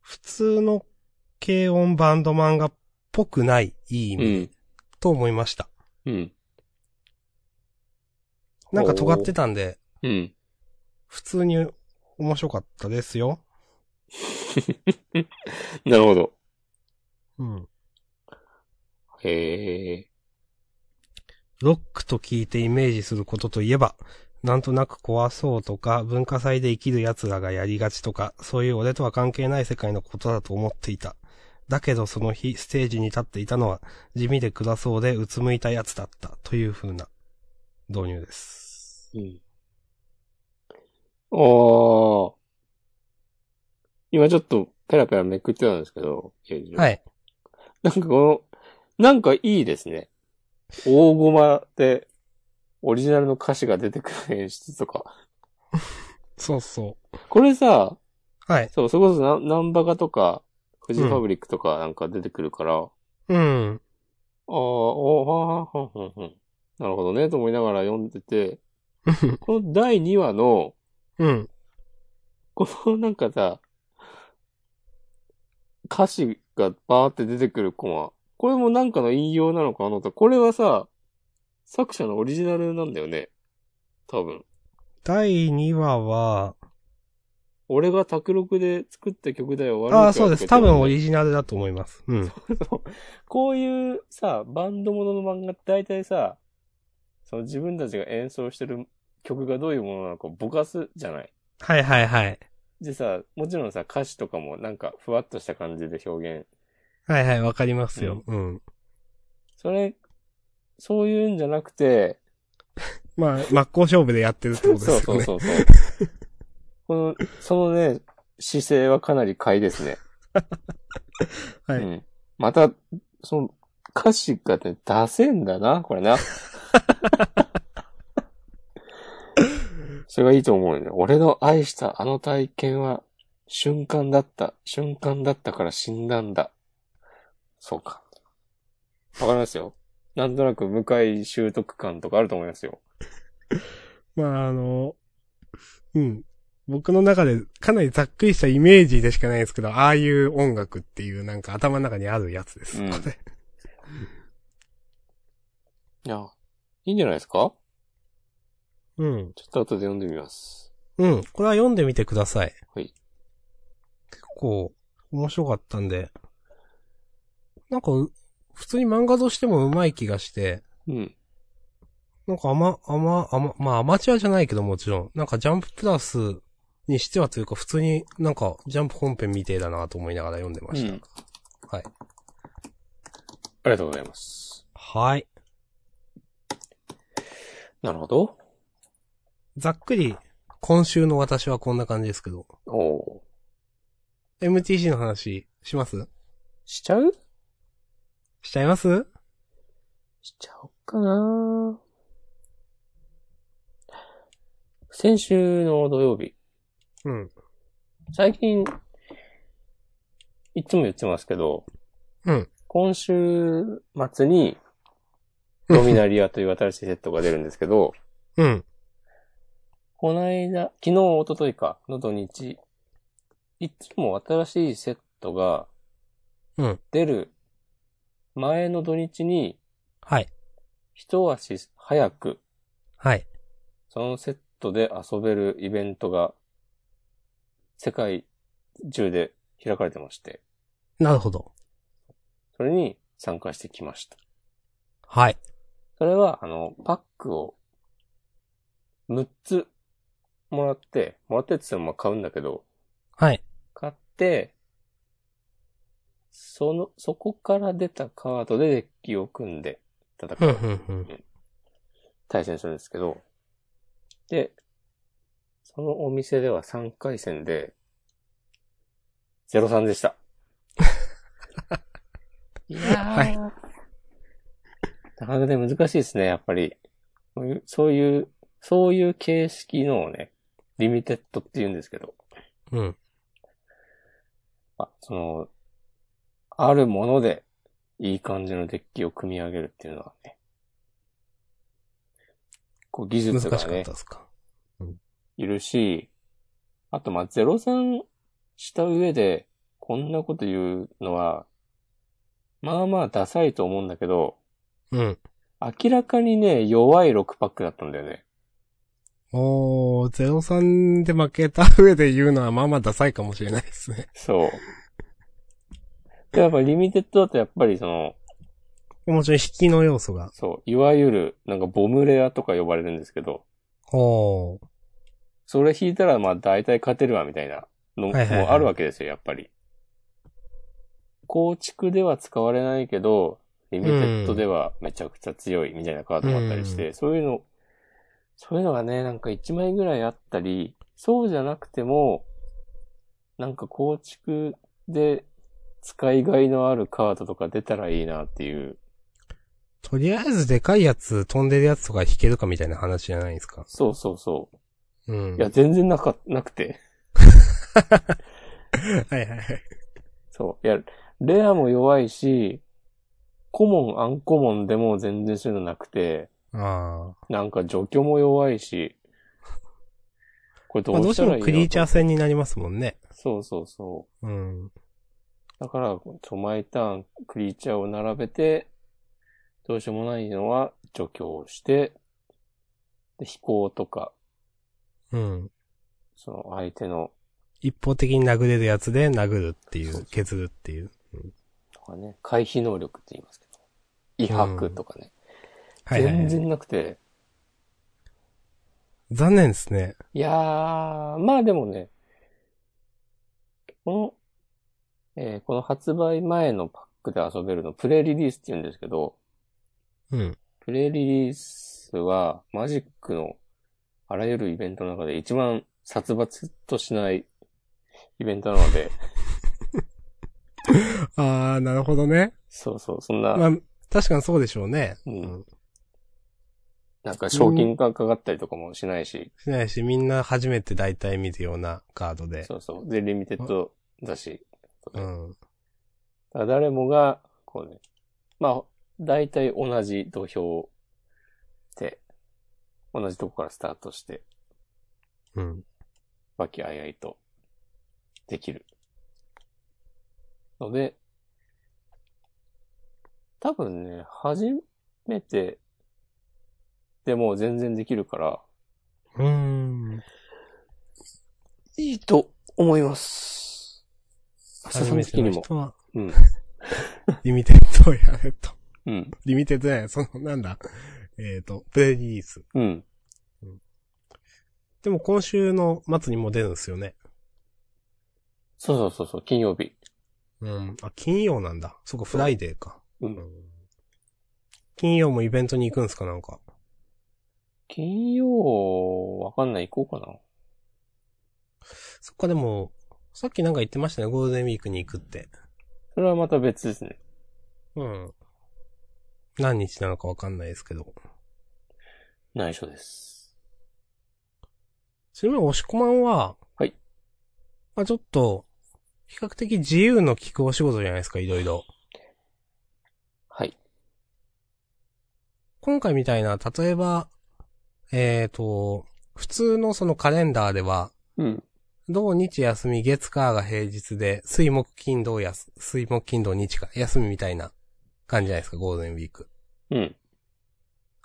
Speaker 1: 普通の軽音バンド漫画っぽくない、いい意
Speaker 2: う
Speaker 1: 味、 [LAUGHS]
Speaker 2: ん。
Speaker 1: と思いました。
Speaker 2: うん。
Speaker 1: なんか尖ってたんで、
Speaker 2: うん。
Speaker 1: 普通に面白かったですよ。
Speaker 2: なるほど。
Speaker 1: うん。
Speaker 2: へえ。
Speaker 1: ロックと聞いてイメージすることといえば、なんとなく怖そうとか、文化祭で生きる奴らがやりがちとか、そういう俺とは関係ない世界のことだと思っていた。だけどその日、ステージに立っていたのは、地味で暗そうでうつむいた奴だった、という風な導入です。
Speaker 2: うん。ああ。今ちょっとペラペラめくってたんですけど、。
Speaker 1: はいい。
Speaker 2: なんかこの、なんかいいですね。大駒で、オリジナルの歌詞が出てくる演出とか。
Speaker 1: そうそ
Speaker 2: これさ、
Speaker 1: う。はい。
Speaker 2: そう、それこそナナンバガとか、フジファブリックとかなんか出てくるから、
Speaker 1: うん。 [LAUGHS]
Speaker 2: ああ、おーはーはーはーはーはーなるほどね、と思いながら読んでて、この第2話の、
Speaker 1: うん。
Speaker 2: このなんかさ、歌詞がバーって出てくるコマ、これもなんかの引用なのかなと、これはさ、作者のオリジナルなんだよね。多分。
Speaker 1: 第2話は、
Speaker 2: 俺が卓録で作った曲だよ、悪い
Speaker 1: ああ、そうです。多分オ
Speaker 2: 俺
Speaker 1: リジナルだと思います。うん。
Speaker 2: こういうさ、バンドものの漫画って大体さ、その自分たちが演奏してる曲がどういうものなのかぼかすじゃない
Speaker 1: はいはいはい。
Speaker 2: でさ、もちろんさ、歌詞とかもなんかふわっとした感じで表現。
Speaker 1: はいはい、わかりますよ。うん
Speaker 2: それ、そういうんじゃなくて、
Speaker 1: まあ、真っ向勝負でやってるってことですよ
Speaker 2: そ
Speaker 1: ね
Speaker 2: う。そうそうそう。この、そのね、姿勢はかなり快です [LAUGHS] ね。
Speaker 1: はい
Speaker 2: うん。また、その、歌詞がね、出せんだな、これな。それがいいと思うよね。俺の愛したあの体験は、瞬間だった。瞬間だったから死んだんだ。そうか。わかりますよ。なんとなく、向井習得感とかあると思いますよ。
Speaker 1: まあ、あの、うん。僕の中でかなりざっくりしたイメージでしかないですけど、ああいう音楽っていうなんか頭の中にあるやつです。
Speaker 2: うん
Speaker 1: これ。
Speaker 2: いや、いいんじゃないですか
Speaker 1: うん。
Speaker 2: ちょっと後で読んでみます。
Speaker 1: うん。これは読んでみてください。
Speaker 2: はい。
Speaker 1: 結構、面白かったんで。なんかう、普通に漫画としても上手い気がして、
Speaker 2: うん。
Speaker 1: なんか甘、甘、甘、まあアマチュアじゃないけどもちろん、なんかジャンププラスにしてはというか普通になんかジャンプ本編みてえだなと思いながら読んでました。
Speaker 2: うん
Speaker 1: はい。
Speaker 2: ありがとうございます。
Speaker 1: はい。
Speaker 2: なるほど。
Speaker 1: ざっくり、今週の私はこんな感じですけど、
Speaker 2: おお
Speaker 1: MTC の話します
Speaker 2: ー。しちゃう
Speaker 1: しちゃいます
Speaker 2: しちゃおっかな先週の土曜日、
Speaker 1: うん。
Speaker 2: 最近、いつも言ってますけど、
Speaker 1: うん
Speaker 2: 今週末に、ドミナリアという新しいセットが出るんですけど、
Speaker 1: うん。
Speaker 2: この間、昨日、一昨日か、の土日、いつも新しいセットが
Speaker 1: うん、
Speaker 2: 出る前の土日に、
Speaker 1: はい。
Speaker 2: 一足早く、
Speaker 1: はい。
Speaker 2: そのセットで遊べるイベントが、世界中で開かれてまして、
Speaker 1: なるほど。
Speaker 2: それに参加してきました。
Speaker 1: はい。
Speaker 2: それは、あの、パックを、6つもらって、もらってって言ってもまあ買うんだけど、
Speaker 1: はい。
Speaker 2: 買って、その、そこから出たカードでデッキを組んで戦
Speaker 1: うん、う
Speaker 2: う、
Speaker 1: ん、うん。
Speaker 2: 対戦するんですけど、で、そのお店では3回戦で、03でした。 [LAUGHS] いやー、
Speaker 1: はい
Speaker 2: なかなかね、難しいですね、やっぱり。こういうそういう、そういう形式のをね、リミテッドって言うんですけど、
Speaker 1: うん。
Speaker 2: あ、その、あるもので、いい感じのデッキを組み上げるっていうのはね、こう技
Speaker 1: 難
Speaker 2: 術
Speaker 1: しかっ
Speaker 2: が
Speaker 1: た
Speaker 2: ね
Speaker 1: で、すか。
Speaker 2: いるし、あとまあ、03した上で、こんなこと言うのは、まあまあダサいと思うんだけど、
Speaker 1: うん。
Speaker 2: 明らかにね、弱い6パックだったんだよね。
Speaker 1: おー、03で負けた上で言うのはまあまあダサいかもしれないですね。 [LAUGHS]
Speaker 2: そう。で、やっぱリミテッドだとやっぱりその、
Speaker 1: もちろん引きの要素が。
Speaker 2: そう、いわゆる、なんかボムレアとか呼ばれるんですけど、
Speaker 1: おー。
Speaker 2: それ引いたら、まあ、大体勝てるわ、みたいなのも
Speaker 1: はいはいはい
Speaker 2: あるわけですよ、やっぱり。構築では使われないけど、リミテッドではめちゃくちゃ強い、みたいなカードもあったりして、そういうの、そういうのがね、なんか1枚ぐらいあったり、そうじゃなくても、なんか構築で使いがいのあるカードとか出たらいいなっていう。
Speaker 1: とりあえずでかいやつ、飛んでるやつとか引けるかみたいな話じゃないですか。
Speaker 2: そうそうそうう。
Speaker 1: ん。
Speaker 2: いや、全然なか、なくて。
Speaker 1: はいはいはい。
Speaker 2: そう。いや、レアも弱いし、コモン、アンコモンでも全然そういうのなくて、
Speaker 1: あ
Speaker 2: なんか除去も弱いし、これ
Speaker 1: あ。
Speaker 2: ど
Speaker 1: まあど
Speaker 2: う
Speaker 1: うし
Speaker 2: し
Speaker 1: たて
Speaker 2: らい
Speaker 1: も
Speaker 2: いの
Speaker 1: クリーチャー戦になりますもんね。
Speaker 2: そうそうそ
Speaker 1: うん。
Speaker 2: う。だから、そう毎ターン、クリーチャーを並べて、どうしようもないのは除去をして、で飛行とか、
Speaker 1: うん。
Speaker 2: その相手の、
Speaker 1: 一方的に殴れるやつで殴るっていう、削るっていう。
Speaker 2: とかね、回避能力って言いますけど、威迫とかね、
Speaker 1: はいはい、
Speaker 2: 全
Speaker 1: はい。
Speaker 2: 然なくて、
Speaker 1: 残念ですね。
Speaker 2: いやー、まあでもね、この、えーこの発売前のパックで遊べるの、プレリリースって言うんですけど、
Speaker 1: うん。
Speaker 2: プレリリースはマジックのあらゆるイベントの中で一番殺伐としないイベントなので、 [LAUGHS]
Speaker 1: ああ、なるほどね。
Speaker 2: そうそう、そんな、
Speaker 1: まあ、確かにそうでしょうね。
Speaker 2: うん。なんか賞金がかかったりとかもしないし、
Speaker 1: しないし、みんな初めて大体見るようなカードで。
Speaker 2: そうそう、で、リミテッドだし、
Speaker 1: うん。
Speaker 2: だから誰もが、こうね、まあ、大体同じ土俵で、同じとこからスタートして、
Speaker 1: うん。
Speaker 2: 和気あいあいと、できる。ので、多分ね、初めてでも全然できるから、
Speaker 1: うーん。
Speaker 2: いいと思います。久
Speaker 1: 初
Speaker 2: し
Speaker 1: め
Speaker 2: ぶ
Speaker 1: て
Speaker 2: りに
Speaker 1: の
Speaker 2: も。
Speaker 1: 人は、
Speaker 2: うん。
Speaker 1: [LAUGHS] リミテッドをやれと。
Speaker 2: うん。
Speaker 1: リミテッドじゃない、その、なんだ。えっ、と、プレリリース。
Speaker 2: うん。
Speaker 1: でも今週の末にもう出るんですよね。
Speaker 2: そうそうそうそう、金曜日。
Speaker 1: うん。あ、金曜なんだ。そこフライデーか。
Speaker 2: うん。
Speaker 1: 金曜もイベントに行くんすかなんか。
Speaker 2: 金曜、わかんない、行こうかな。
Speaker 1: そっかでも、さっきなんか言ってましたね。ゴールデンウィークに行くって。
Speaker 2: それはまた別ですね。
Speaker 1: うん。何日なのかわかんないですけど。
Speaker 2: 内緒です。
Speaker 1: ちなみに、押し込まんは、
Speaker 2: はい。
Speaker 1: まあちょっと、比較的自由の利くお仕事じゃないですか、いろいろ。
Speaker 2: はい。
Speaker 1: 今回みたいな、例えば、えっ、と、普通のそのカレンダーでは、
Speaker 2: うん。
Speaker 1: 土日休み、月火が平日で、水木金土やす、水木金土日か、休みみたいな感じじゃないですか、ゴールデンウィーク。
Speaker 2: うん。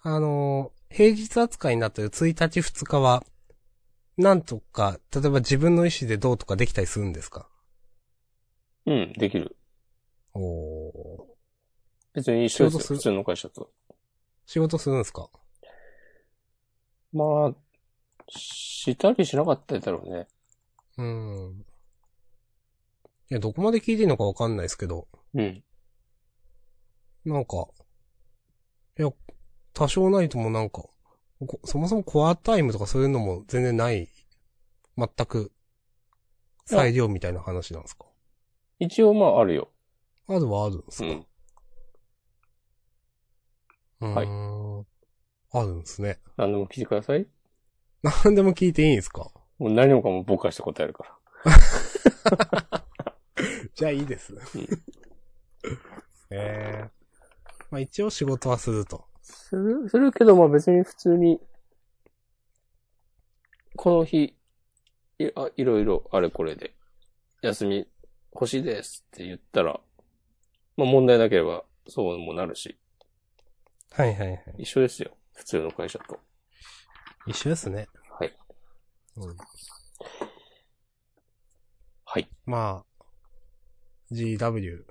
Speaker 1: あのー平日扱いになってる1日2日は、なんとか、例えば自分の意思でどうとかできたりするんですか
Speaker 2: うん、できる。
Speaker 1: おー
Speaker 2: 別に一緒で
Speaker 1: 仕
Speaker 2: す
Speaker 1: 事す
Speaker 2: よ、
Speaker 1: る
Speaker 2: 普通の会社と。
Speaker 1: 仕事するんですか
Speaker 2: まあ、したりしなかったりだろうね。
Speaker 1: うーん。いや、どこまで聞いていいのかわかんないですけど、
Speaker 2: うん。
Speaker 1: なんか、いや、多少なりともなんか、こそもそもコアタイムとかそういうのも全然ない、全く、裁量みたいな話なんですか
Speaker 2: 一応まああるよ。
Speaker 1: あるはあるんです
Speaker 2: う
Speaker 1: か、
Speaker 2: ん。
Speaker 1: うーん。あるんですね。
Speaker 2: 何でも聞いてください。
Speaker 1: 何でも聞いていいんですか
Speaker 2: もう何もかもぼかして答えるから。
Speaker 1: じゃあいいです。ええまあ一応仕事はすると。
Speaker 2: する、するけどまあ別に普通に、この日、いあいろいろあれこれで、休み欲しいですって言ったら、まあ問題なければそうもなるし、
Speaker 1: はいはいはい。
Speaker 2: 一緒ですよ。普通の会社と。
Speaker 1: 一緒ですね。
Speaker 2: はい。
Speaker 1: うん。
Speaker 2: はい。
Speaker 1: まあ、GW。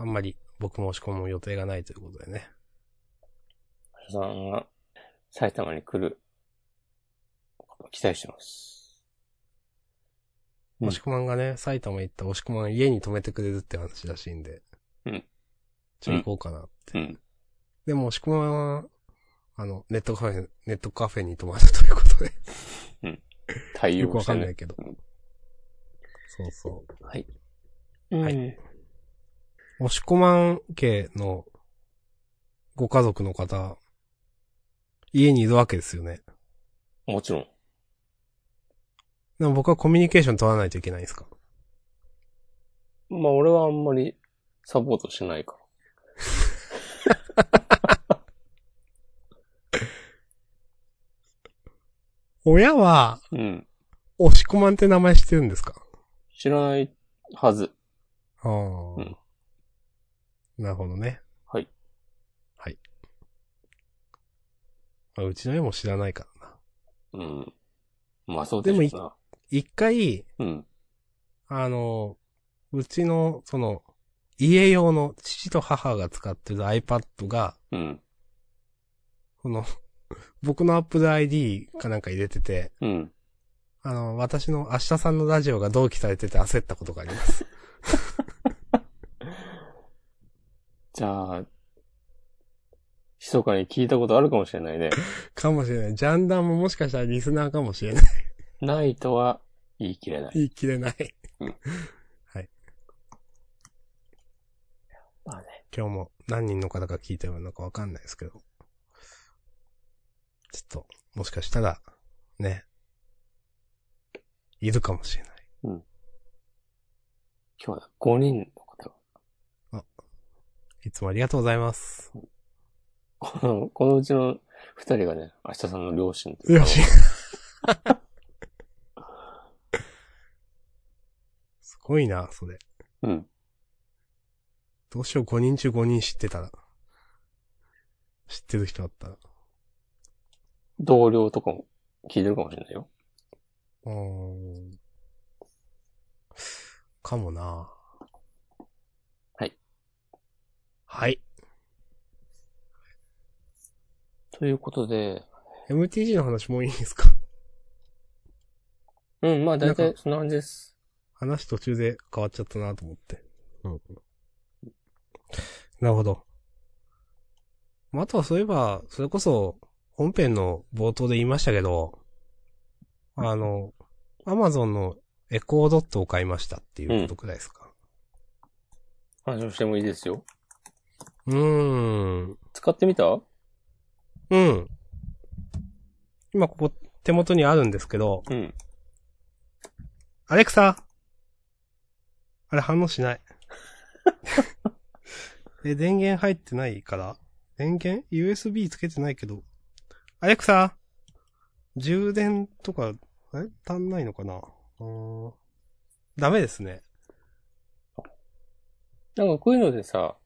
Speaker 1: あんまり僕も押し込む予定がないということでね。
Speaker 2: さんが埼玉に来ることを期待してます。うん
Speaker 1: 押し込まんがね、埼玉行った押し込まんが家に泊めてくれるって話らしいんで。
Speaker 2: うん。
Speaker 1: じゃあ行こうかなって。
Speaker 2: うん。
Speaker 1: でも押し込まんは、あの、ネットカフェ、ネットカフェに泊まるということで。
Speaker 2: 対
Speaker 1: よく
Speaker 2: 応
Speaker 1: わ
Speaker 2: し
Speaker 1: か
Speaker 2: て
Speaker 1: んない
Speaker 2: ね。
Speaker 1: けど。
Speaker 2: うん
Speaker 1: そうそう。
Speaker 2: はい。
Speaker 1: は
Speaker 2: はいい。
Speaker 1: 押し込まん家のご家族の方、家にいるわけですよね。
Speaker 2: もちろん。
Speaker 1: でも僕はコミュニケーション取らないといけないんですか
Speaker 2: まあ俺はあんまりサポートしないか
Speaker 1: 親は、
Speaker 2: ら。うん。
Speaker 1: 押し込まんって名前知ってるんですか
Speaker 2: 知らないはず。
Speaker 1: ああ、
Speaker 2: うん
Speaker 1: なるほどね。
Speaker 2: はい。
Speaker 1: はい。まあ、うちの親も知らないからな。
Speaker 2: うん。まあそうで
Speaker 1: で
Speaker 2: しょうな。
Speaker 1: 一回、
Speaker 2: うん。
Speaker 1: あの、うちの、その、家用の父と母が使ってる iPad が、
Speaker 2: うん。
Speaker 1: この、僕の Apple ID かなんか入れてて、
Speaker 2: うん。
Speaker 1: あの、私の明日さんのラジオが同期されてて焦ったことがあります。
Speaker 2: じゃあ、密かに聞いたことあるかもしれないね。
Speaker 1: かもしれない。ジャンダンももしかしたらリスナーかもしれない。
Speaker 2: ないとは言い切れない。
Speaker 1: 言い切れない。
Speaker 2: まあね。
Speaker 1: 今日も何人の方が聞いてるのかわかんないですけど。ちょっと、もしかしたら、ね。いるかもしれない。
Speaker 2: 今日は5人の方が
Speaker 1: いつもありがとうございます。
Speaker 2: この、このうちの二人がね、明日さんの両親という
Speaker 1: よ
Speaker 2: か
Speaker 1: [LAUGHS] し。すごいな、それ。
Speaker 2: うん。
Speaker 1: どうしよう、5人中5人知ってたら。知ってる人だったら。
Speaker 2: 同僚とかも聞いてるかもしれないよ。
Speaker 1: うーん。かもな
Speaker 2: はい。
Speaker 1: はい。
Speaker 2: ということで、
Speaker 1: MTG の話もういいですか [LAUGHS]
Speaker 2: うん、まあ大
Speaker 1: なん
Speaker 2: 体そんな感じです。
Speaker 1: 話途中で変わっちゃったなと思って。うん。なるほど。まあ、あとはそういえば、それこそ、本編の冒頭で言いましたけど、あの、アマゾンのエコードットを買いましたっていうことくらいですか。
Speaker 2: 話をしてもいいですよ。
Speaker 1: うーん。
Speaker 2: 使ってみたう
Speaker 1: うん。今ここ手元にあるんですけど、
Speaker 2: ん。
Speaker 1: アレクサあれ反応しない。 [LAUGHS] え、電源入ってないから電源 ?USB つけてないけど。アレクサ充電とか、え足んないのかなうーん。ダメですね。
Speaker 2: なんかこういうのでさ、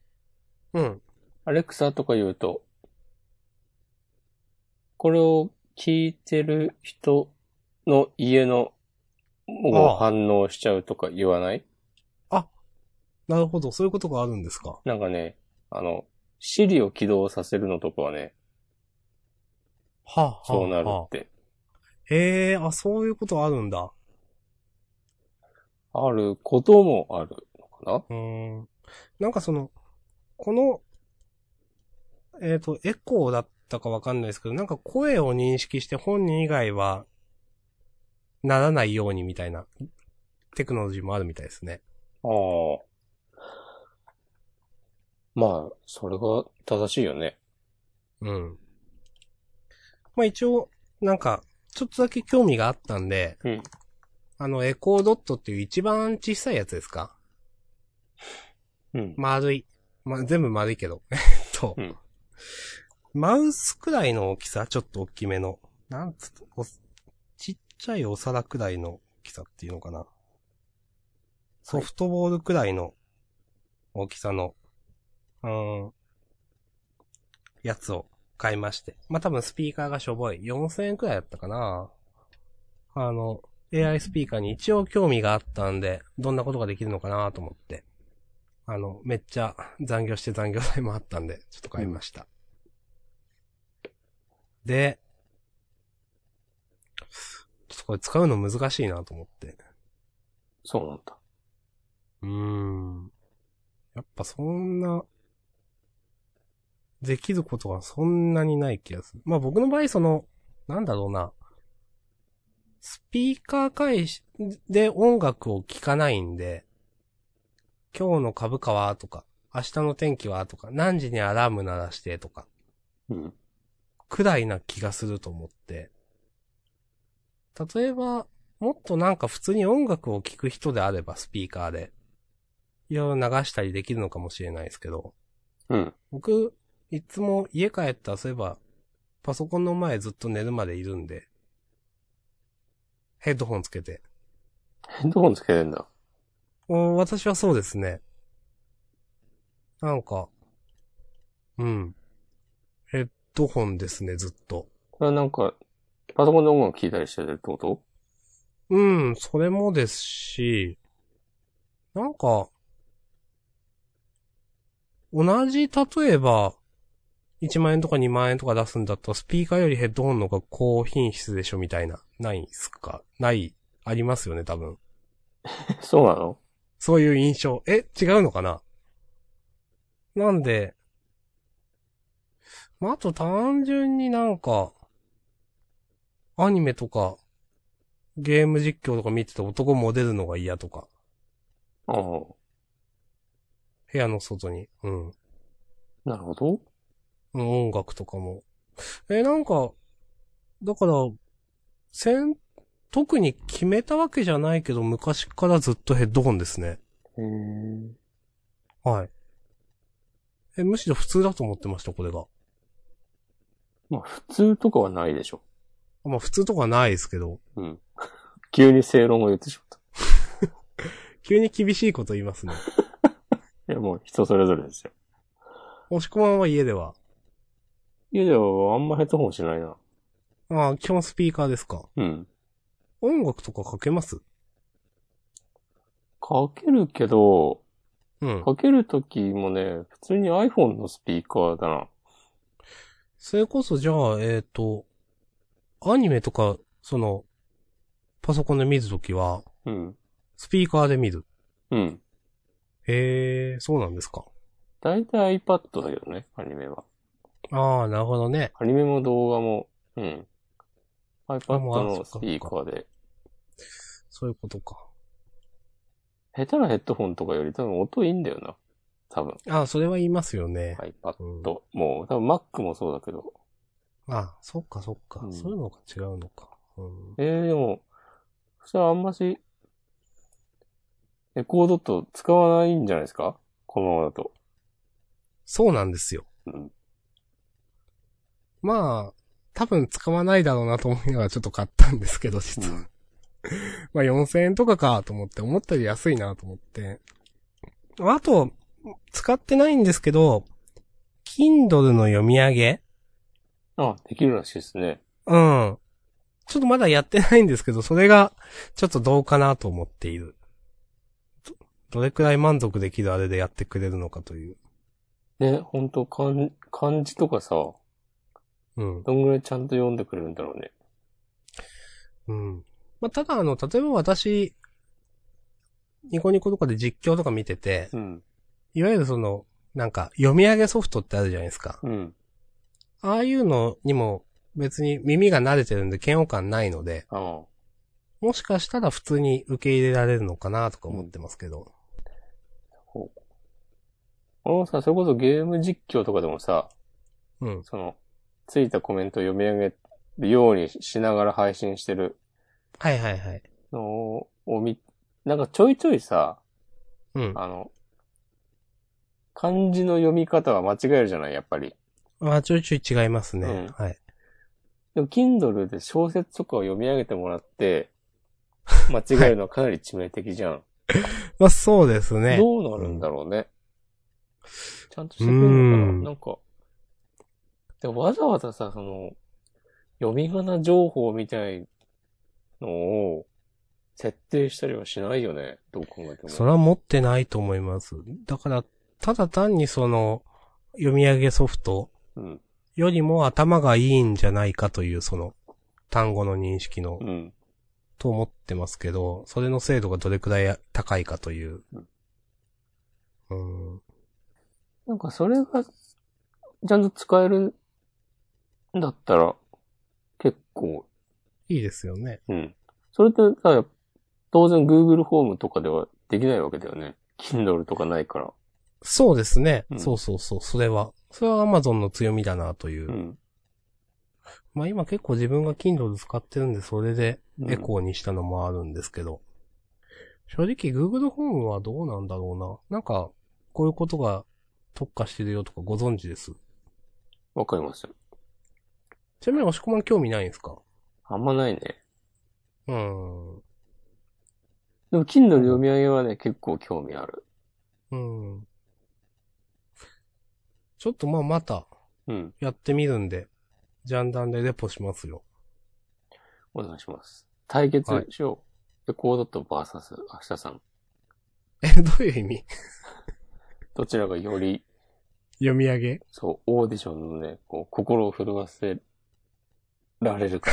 Speaker 1: うん。
Speaker 2: アレクサとか言うと、これを聞いてる人の家のもう反応しちゃうとか言わない
Speaker 1: なるほど。そういうことがあるんですか。
Speaker 2: なんかね、あの、シリを起動させるのとかはね、
Speaker 1: はあ、はあ、
Speaker 2: そうなる
Speaker 1: は
Speaker 2: っ
Speaker 1: あ
Speaker 2: て。
Speaker 1: へえ、あ、そういうことあるんだ。
Speaker 2: あることもあるのかな
Speaker 1: うーん。なんかその、この、えっ、と、エコーだったかわかんないですけど、なんか声を認識して本人以外は、ならないようにみたいな、テクノロジーもあるみたいですね。
Speaker 2: ああ。まあ、それが正しいよね。
Speaker 1: うん。まあ一応、なんか、ちょっとだけ興味があったんで、
Speaker 2: うん
Speaker 1: あの、エコードットっていう一番小さいやつですか
Speaker 2: うん。
Speaker 1: 丸い。ま、全部丸いけど。 [LAUGHS] えっと、
Speaker 2: うん
Speaker 1: マウスくらいの大きさ、ちょっと大きめの。なんつうおちっちゃいお皿くらいの大きさっていうのかな。ソフトボールくらいの大きさの、うーん、やつを買いまして。まあ、多分スピーカーがしょぼい。4000円くらいだったかな。あの、AI スピーカーに一応興味があったんで、どんなことができるのかなと思って。あの、めっちゃ残業して残業代もあったんで、 [LAUGHS] ちょっと買いました。で、ちょっとこれ使うの難しいなと思って。
Speaker 2: そうなんだ。
Speaker 1: うーん。やっぱそんな、できることがそんなにない気がする。まあ僕の場合その、なんだろうな。スピーカー返しで音楽を聴かないんで、今日の株価はとか、明日の天気はとか、何時にアラーム鳴らしてとか、
Speaker 2: うん。
Speaker 1: くらいな気がすると思って。例えば、もっとなんか普通に音楽を聴く人であれば、スピーカーで、いろいろ流したりできるのかもしれないですけど、
Speaker 2: うん。
Speaker 1: 僕、いつも家帰ったらそういえば、パソコンの前ずっと寝るまでいるんで、ヘッドホンつけて。
Speaker 2: ヘッドホンつけてんだ。
Speaker 1: お私はそうですね。なんか、うん。ヘッドホンですね、ずっと。
Speaker 2: これはなんか、パソコンで音楽聴いたりしてるってこと
Speaker 1: うん、それもですし、なんか、同じ、例えば、1万円とか2万円とか出すんだったら、スピーカーよりヘッドホンの方が高品質でしょみたいな、ないっすかない、ありますよね、多分。
Speaker 2: えそうなの
Speaker 1: そういう印象。え、違うのかななんで、まあ、あと単純になんか、アニメとか、ゲーム実況とか見てて男モデルのが嫌とか、
Speaker 2: ああ、
Speaker 1: 部屋の外に、うん。うん
Speaker 2: なるほど。
Speaker 1: 音楽とかも。え、なんか、だから、せん、特に決めたわけじゃないけど、昔からずっとヘッドホンですね。
Speaker 2: へえ。
Speaker 1: はい。え、むしろ普通だと思ってました、これが。
Speaker 2: まあ普通とかはないでしょ。
Speaker 1: まあ普通とかないですけど、
Speaker 2: うん。急に正論を言ってしまっ
Speaker 1: 急に厳しいこと言い [LAUGHS] ますね。
Speaker 2: た。いやもう人それぞれですよ。
Speaker 1: 押し込まんは家では。
Speaker 2: 家ではあんまヘッドホンしないな。
Speaker 1: ああ、基本スピーカーですか。
Speaker 2: うん。
Speaker 1: 音楽とかかけます
Speaker 2: かけるけど、
Speaker 1: うん。
Speaker 2: かけるときもね、普通に iPhone のスピーカーだな。
Speaker 1: それこそじゃあ、えっ、と、アニメとか、その、パソコンで見るときは、
Speaker 2: うん。
Speaker 1: スピーカーで見る。
Speaker 2: うん。
Speaker 1: へえ、そうなんですか。
Speaker 2: だいたい iPad だけどね、アニメは。
Speaker 1: ああ、なるほどね。
Speaker 2: アニメも動画も、うん。iPad
Speaker 1: もうあ
Speaker 2: のス
Speaker 1: そっか
Speaker 2: ピーカーで。
Speaker 1: そういうことか。
Speaker 2: 下手なヘッドホンとかより多分音いいんだよな。多分。
Speaker 1: ああ、それは言いますよね。
Speaker 2: iPad。
Speaker 1: うん
Speaker 2: もう、多分 Mac もそうだけど。
Speaker 1: ああ、そっかそっか。
Speaker 2: うん
Speaker 1: そういうのが違うのか。うん、
Speaker 2: えー、でも、そしたらあんまし、レコードと使わないんじゃないですかこのままだと。
Speaker 1: そうなんですよ。
Speaker 2: うん。
Speaker 1: まあ、多分使わないだろうなと思いながらちょっと買ったんですけど、実は。 [LAUGHS] まあ4000円とかかと思って、思ったより安いなと思って。あと、使ってないんですけど、Kindle の読み上げ
Speaker 2: あ、できるらしいですね。
Speaker 1: うん。ちょっとまだやってないんですけど、それが、ちょっとどうかなと思っている。ど、どれくらい満足できるあれでやってくれるのかという。
Speaker 2: ね、ほんと、漢漢字とかさ、
Speaker 1: うん。
Speaker 2: どんぐらいちゃんと読んでくれるんだろうね。
Speaker 1: うん。まあ、ただあの、例えば私、ニコニコとかで実況とか見てて、
Speaker 2: うん。
Speaker 1: いわゆるその、なんか、読み上げソフトってあるじゃないですか。
Speaker 2: うん。
Speaker 1: ああいうのにも、別に耳が慣れてるんで嫌悪感ないので、
Speaker 2: ああ。
Speaker 1: もしかしたら普通に受け入れられるのかなとか思ってますけど。
Speaker 2: 俺もさ、それこそゲーム実況とかでもさ、
Speaker 1: うん。
Speaker 2: その、ついたコメントを読み上げるようにしながら配信してる
Speaker 1: はいはいはい。
Speaker 2: のを見、なんかちょいちょいさ、
Speaker 1: うん。
Speaker 2: あの、漢字の読み方は間違えるじゃない、やっぱり。
Speaker 1: まあ、ちょいちょい違いますね。
Speaker 2: うん
Speaker 1: はい。
Speaker 2: でも、Kindle で小説とかを読み上げてもらって、間違えるのはかなり致命的じゃん。
Speaker 1: まあ、そうですね。
Speaker 2: どうなるんだろうね。ちゃんとしてくれるの
Speaker 1: う
Speaker 2: かなんなんか、でもわざわざさ、その、読み仮名情報みたいのを設定したりはしないよね。どう考えても。
Speaker 1: それは持ってないと思います。だから、ただ単にその、読み上げソフト
Speaker 2: うん。
Speaker 1: よりも頭がいいんじゃないかという、その、単語の認識の
Speaker 2: う、ん。
Speaker 1: と思ってますけど、それの精度がどれくらい高いかという。うん。
Speaker 2: なんかそれが、ちゃんと使えるんだったら、結構、
Speaker 1: いいですよね。
Speaker 2: うん。それってさ、当然 Google ホームとかではできないわけだよね。Kindle とかないから。
Speaker 1: そうですね。
Speaker 2: うん
Speaker 1: そうそうそう。それは。それは Amazon の強みだなという。
Speaker 2: うん。
Speaker 1: まあ今結構自分が Kindle 使ってるんで、それでエ
Speaker 2: ー。
Speaker 1: コーにしたのもあるんですけど。正直 Google ホームはどうなんだろうな。なんか、こういうことが特化してるよとかご存知です。
Speaker 2: わかりますよ。
Speaker 1: ちなみに押し込まん興味ないんですか
Speaker 2: あんまないね。
Speaker 1: うーん。
Speaker 2: でも、Kindle 読み上げはね、結構興味ある。
Speaker 1: うん。ちょっとまあまた
Speaker 2: うん。
Speaker 1: やってみるんで、ジャンダンでレポしますよ。 [LAUGHS]
Speaker 2: お願いします。対決
Speaker 1: はい
Speaker 2: しよう。レコードとバーサス、明日さん。
Speaker 1: え、どういう意味
Speaker 2: どちらがより、
Speaker 1: 読み上げ
Speaker 2: そう、オーディションのね、こう、心を震わせられるか。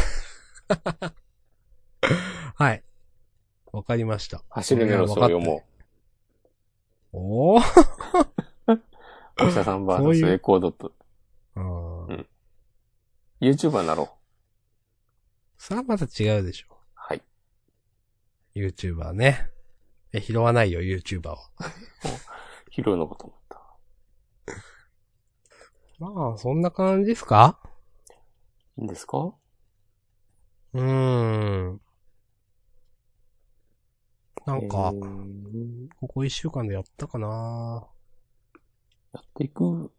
Speaker 1: はい。わかりました。
Speaker 2: 走るメロスを読も
Speaker 1: おー
Speaker 2: う。明日さんバ
Speaker 1: そう
Speaker 2: ー
Speaker 1: い
Speaker 2: サス、
Speaker 1: う
Speaker 2: レコードと。
Speaker 1: あー
Speaker 2: ん YouTuber になろう。
Speaker 1: それはまた違うでしょ。
Speaker 2: はい。
Speaker 1: YouTuber ね。え、拾わないよ、YouTuber は。
Speaker 2: 拾うのかと思った。
Speaker 1: まあ、そんな感じですか
Speaker 2: いいんですか
Speaker 1: うーん。なんか
Speaker 2: え、ー
Speaker 1: ここ一週間でやったかな
Speaker 2: やっていく。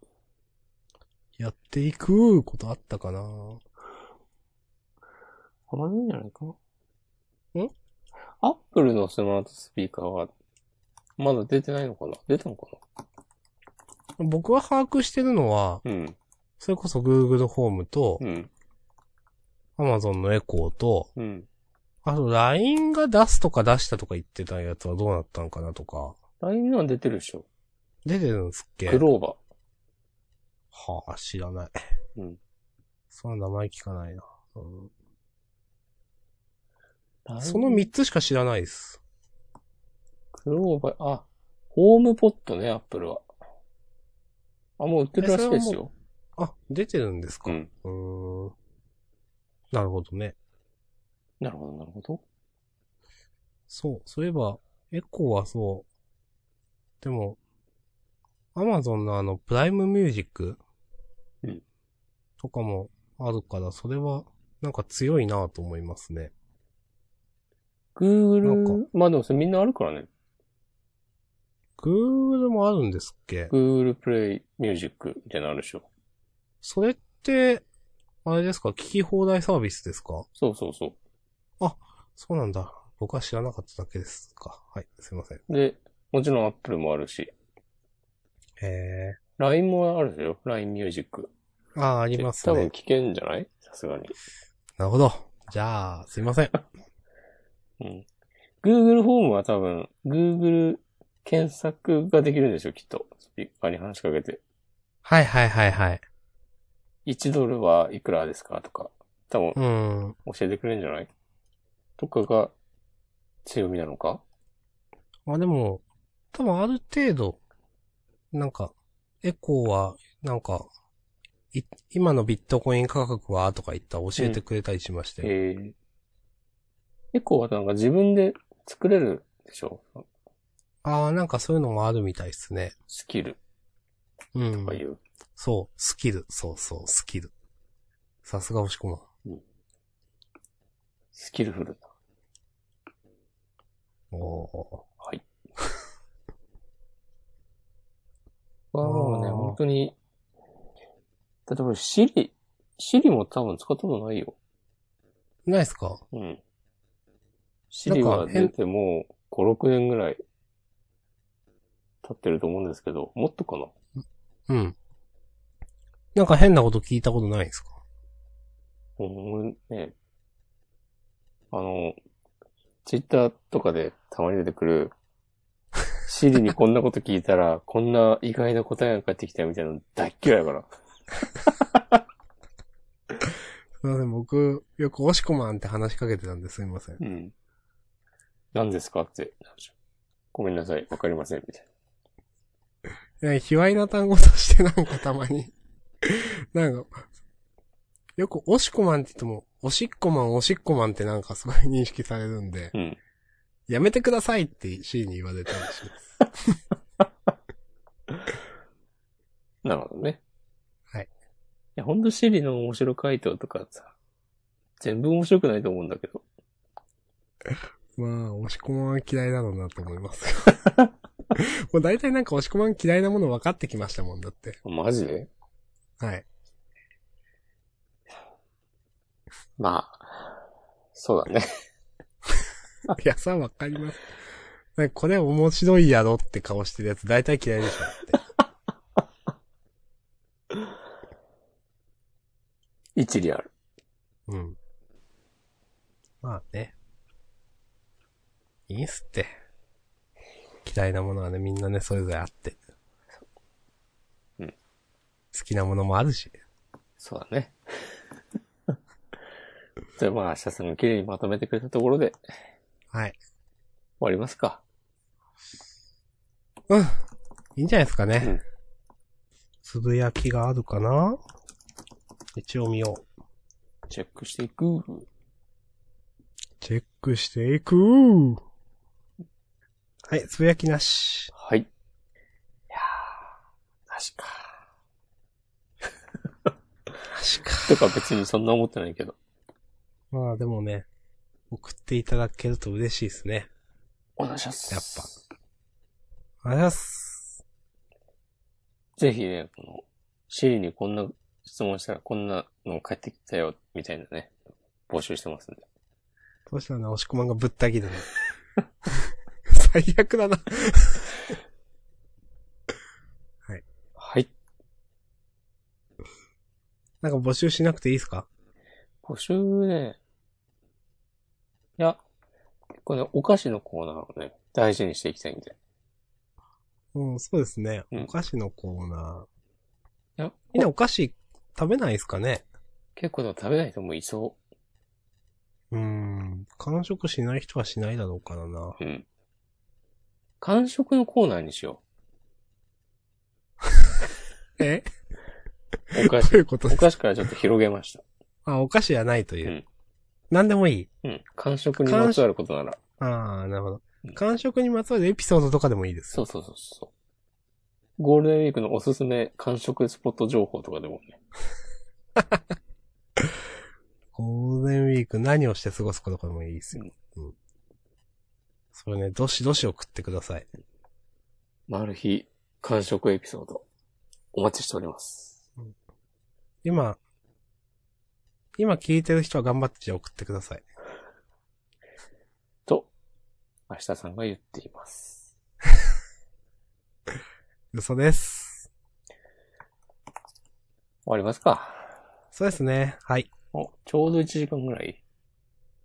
Speaker 1: やっていくことあったかな
Speaker 2: あまりいいんじゃないか
Speaker 1: ん
Speaker 2: アップルのスマートスピーカーは、まだ出てないのかな出たのか
Speaker 1: 僕は把握してるのは、
Speaker 2: なうん。
Speaker 1: それこそ Google ホームと
Speaker 2: う、ん。
Speaker 1: Amazon のエコーと、
Speaker 2: うん。
Speaker 1: あと LINE が出すとか出したとか言ってたやつはどうなったのかなとか、
Speaker 2: LINE のは出てるでしょ。
Speaker 1: 出てるんですっけ
Speaker 2: クローバ
Speaker 1: はあ、知らない。
Speaker 2: うん。
Speaker 1: その名前聞かないな。うん
Speaker 2: ライ
Speaker 1: その3つしか知らないです。
Speaker 2: クローバー、あ、ホームポットね、アップルは。あ、もう売ってるらしいですよ。
Speaker 1: あ、出てるんです
Speaker 2: う
Speaker 1: か。
Speaker 2: ん。
Speaker 1: うーん。なるほどね。
Speaker 2: なるほど、なるほど。
Speaker 1: そう、そういえば、エコーはそう。でも、アマゾンのあの、プライムミュージック
Speaker 2: うん
Speaker 1: とかもあるから、それは、なんか強いなと思いますね。なん
Speaker 2: Google、まあでもそれみんなあるからね。
Speaker 1: Google もあるんですっけ
Speaker 2: Google Play Music みたいなのあるでしょ。
Speaker 1: それって、あれですか聞き放題サービスですか
Speaker 2: そうそうそ
Speaker 1: そうなんだ。僕は知らなかっただけですか。はい、すいません。
Speaker 2: う。で、もちろん Apple もあるし、
Speaker 1: え
Speaker 2: LINE もあるでしょ ?LINE Music。
Speaker 1: ー。ああ、あります
Speaker 2: 多分
Speaker 1: ね。
Speaker 2: 聞けんじゃないさすがに。
Speaker 1: なるほど。じゃあ、すいません。
Speaker 2: うん。Google ホームは多分、Google 検索ができるんでしょきっと。スピーカーに話しかけて。
Speaker 1: はいはいはいはい。
Speaker 2: 1ドルはいくらですかとか、多分
Speaker 1: うん。
Speaker 2: 教えてくれるんじゃないとかが強みなのか
Speaker 1: まあでも、多分ある程度、なんか、エコーは、なんか、い今のビットコイン価格はとか言ったら教えてくれたりしまして。
Speaker 2: ええエコーはなんか自分で作れるでしょ
Speaker 1: ああ、なんかそういうのもあるみたいですね。
Speaker 2: スキル
Speaker 1: う
Speaker 2: と
Speaker 1: ん
Speaker 2: か。いう。
Speaker 1: そう、スキル。そうそう、スキル。さすが押し込まん。
Speaker 2: スキルフルな。
Speaker 1: おお
Speaker 2: はい。はもうね、
Speaker 1: あー
Speaker 2: 本当に、例えばシリ、シリも多分使ったことないよ。
Speaker 1: ー。ないっすか
Speaker 2: うん。シリは出てもう5、6年ぐらい経ってると思うんですけど、もっとかな
Speaker 1: うん。なんか変なこと聞いたことないんですか
Speaker 2: うん、ね、あの、ツイッターとかでたまに出てくる、シリにこんなこと聞いたら、こんな意外な答えが返ってきたみたいなの大っ嫌いだから。
Speaker 1: すいません、僕、よく押し込まんって話しかけてたんですいません。
Speaker 2: うん。何ですかってなるじゃん。ごめんなさい、わかりません、みたい
Speaker 1: え、卑猥な単語としてなんかたまに。 [LAUGHS] なんか、よく押し込まんって言っても、おしっこまんおしっこまんってなんかすごい認識されるんで、
Speaker 2: な。うん。
Speaker 1: やめてくださいってシーに言われたりします。
Speaker 2: なるほどね。
Speaker 1: はい
Speaker 2: いや、ほんとシリの面白回答とかさ、全部面白くないと思うんだけど。
Speaker 1: まあ、押し込まんは嫌いだろうなと思います。 [LAUGHS] もう大体なんか押し込まん嫌いなもの分かってきましたもんだって。
Speaker 2: マジで
Speaker 1: はい。
Speaker 2: まあ、そうだね。 [LAUGHS]
Speaker 1: いや、さ、わかります。なんかこれ面白いやろって顔してるやつ大体嫌いでしょって。
Speaker 2: 一理ある。
Speaker 1: うん。まあね。いいっすって。嫌いなものはね、みんなね、それぞれあって。
Speaker 2: うん
Speaker 1: 好きなものもあるし。
Speaker 2: そうだね。 [LAUGHS] じゃあまあ、シャさんが綺麗にまとめてくれたところで終
Speaker 1: はい。
Speaker 2: わりますか。
Speaker 1: うん。いいんじゃないですかね。
Speaker 2: うん
Speaker 1: つぶやきがあるかな一応見よう。
Speaker 2: チェックしていく。
Speaker 1: チェックしていくはい、つぶやきなし。
Speaker 2: はい。いやー、確か。
Speaker 1: 確か。
Speaker 2: とか別にそんな思ってないけど。
Speaker 1: まあでもね、送っていただけると嬉しいですね。
Speaker 2: お願いします。
Speaker 1: やっぱ。ありがとうございます。
Speaker 2: ぜひね、この、シリにこんな質問したら、こんなの返ってきたよ、みたいなね、募集してますんで。
Speaker 1: どうしたらね、押し込まんがぶった切るね。 [LAUGHS] 最悪だな。
Speaker 2: はい。
Speaker 1: なんか募集しなくていいですか
Speaker 2: 募集ね。いや、これ、ね、お菓子のコーナーをね、大事にしていきたいんで。
Speaker 1: うん、そうですね。
Speaker 2: うん
Speaker 1: お菓子のコーナー。
Speaker 2: いや、
Speaker 1: みんなお菓子食べないですかね
Speaker 2: 結構でも食べない人もいそう
Speaker 1: ーん。完食しない人はしないだろうからな。
Speaker 2: うん。完食のコーナーにしよ
Speaker 1: え
Speaker 2: う。お菓
Speaker 1: どう
Speaker 2: [LAUGHS] 子
Speaker 1: い。う [LAUGHS] こと
Speaker 2: お
Speaker 1: です
Speaker 2: 菓子からちょっと広げました。
Speaker 1: あ、お菓子はないというう。
Speaker 2: ん
Speaker 1: 何でもいい。
Speaker 2: うん。完食にまつわることなら。
Speaker 1: ああ、なるほど
Speaker 2: うん。
Speaker 1: 完食にまつわるエピソードとかでもいいです。
Speaker 2: そうそうそうそう。ゴールデンウィークのおすすめ完食スポット情報とかでもね。
Speaker 1: ゴールデンウィーク何をして過ごすことかでもいいですよ。うん。それね、どしどし送ってください。
Speaker 2: マル秘完食エピソード。お待ちしております。
Speaker 1: 今、今聞いてる人は頑張ってじゃあ送ってください。
Speaker 2: と、明日さんが言っています。
Speaker 1: 嘘です。
Speaker 2: 終わりますか。
Speaker 1: そうですね。はい。
Speaker 2: お、ちょうど1時間ぐらい。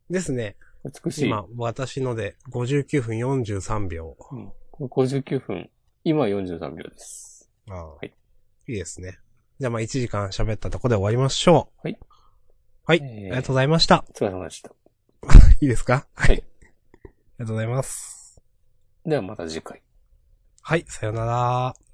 Speaker 1: ですね。
Speaker 2: 美しい。
Speaker 1: 今、私ので59分43秒。
Speaker 2: うん、59分。今43秒です。
Speaker 1: ああ、
Speaker 2: い
Speaker 1: いいですね。じゃあまあ1時間喋ったとこで終わりましょう。
Speaker 2: はい。
Speaker 1: はい。
Speaker 2: え
Speaker 1: あ
Speaker 2: ー
Speaker 1: りがとうございました。
Speaker 2: お疲れ様でした。
Speaker 1: いいですか
Speaker 2: は
Speaker 1: [LAUGHS] あ
Speaker 2: い
Speaker 1: りがとうございます。
Speaker 2: ではまた次回。
Speaker 1: はい、さよなら。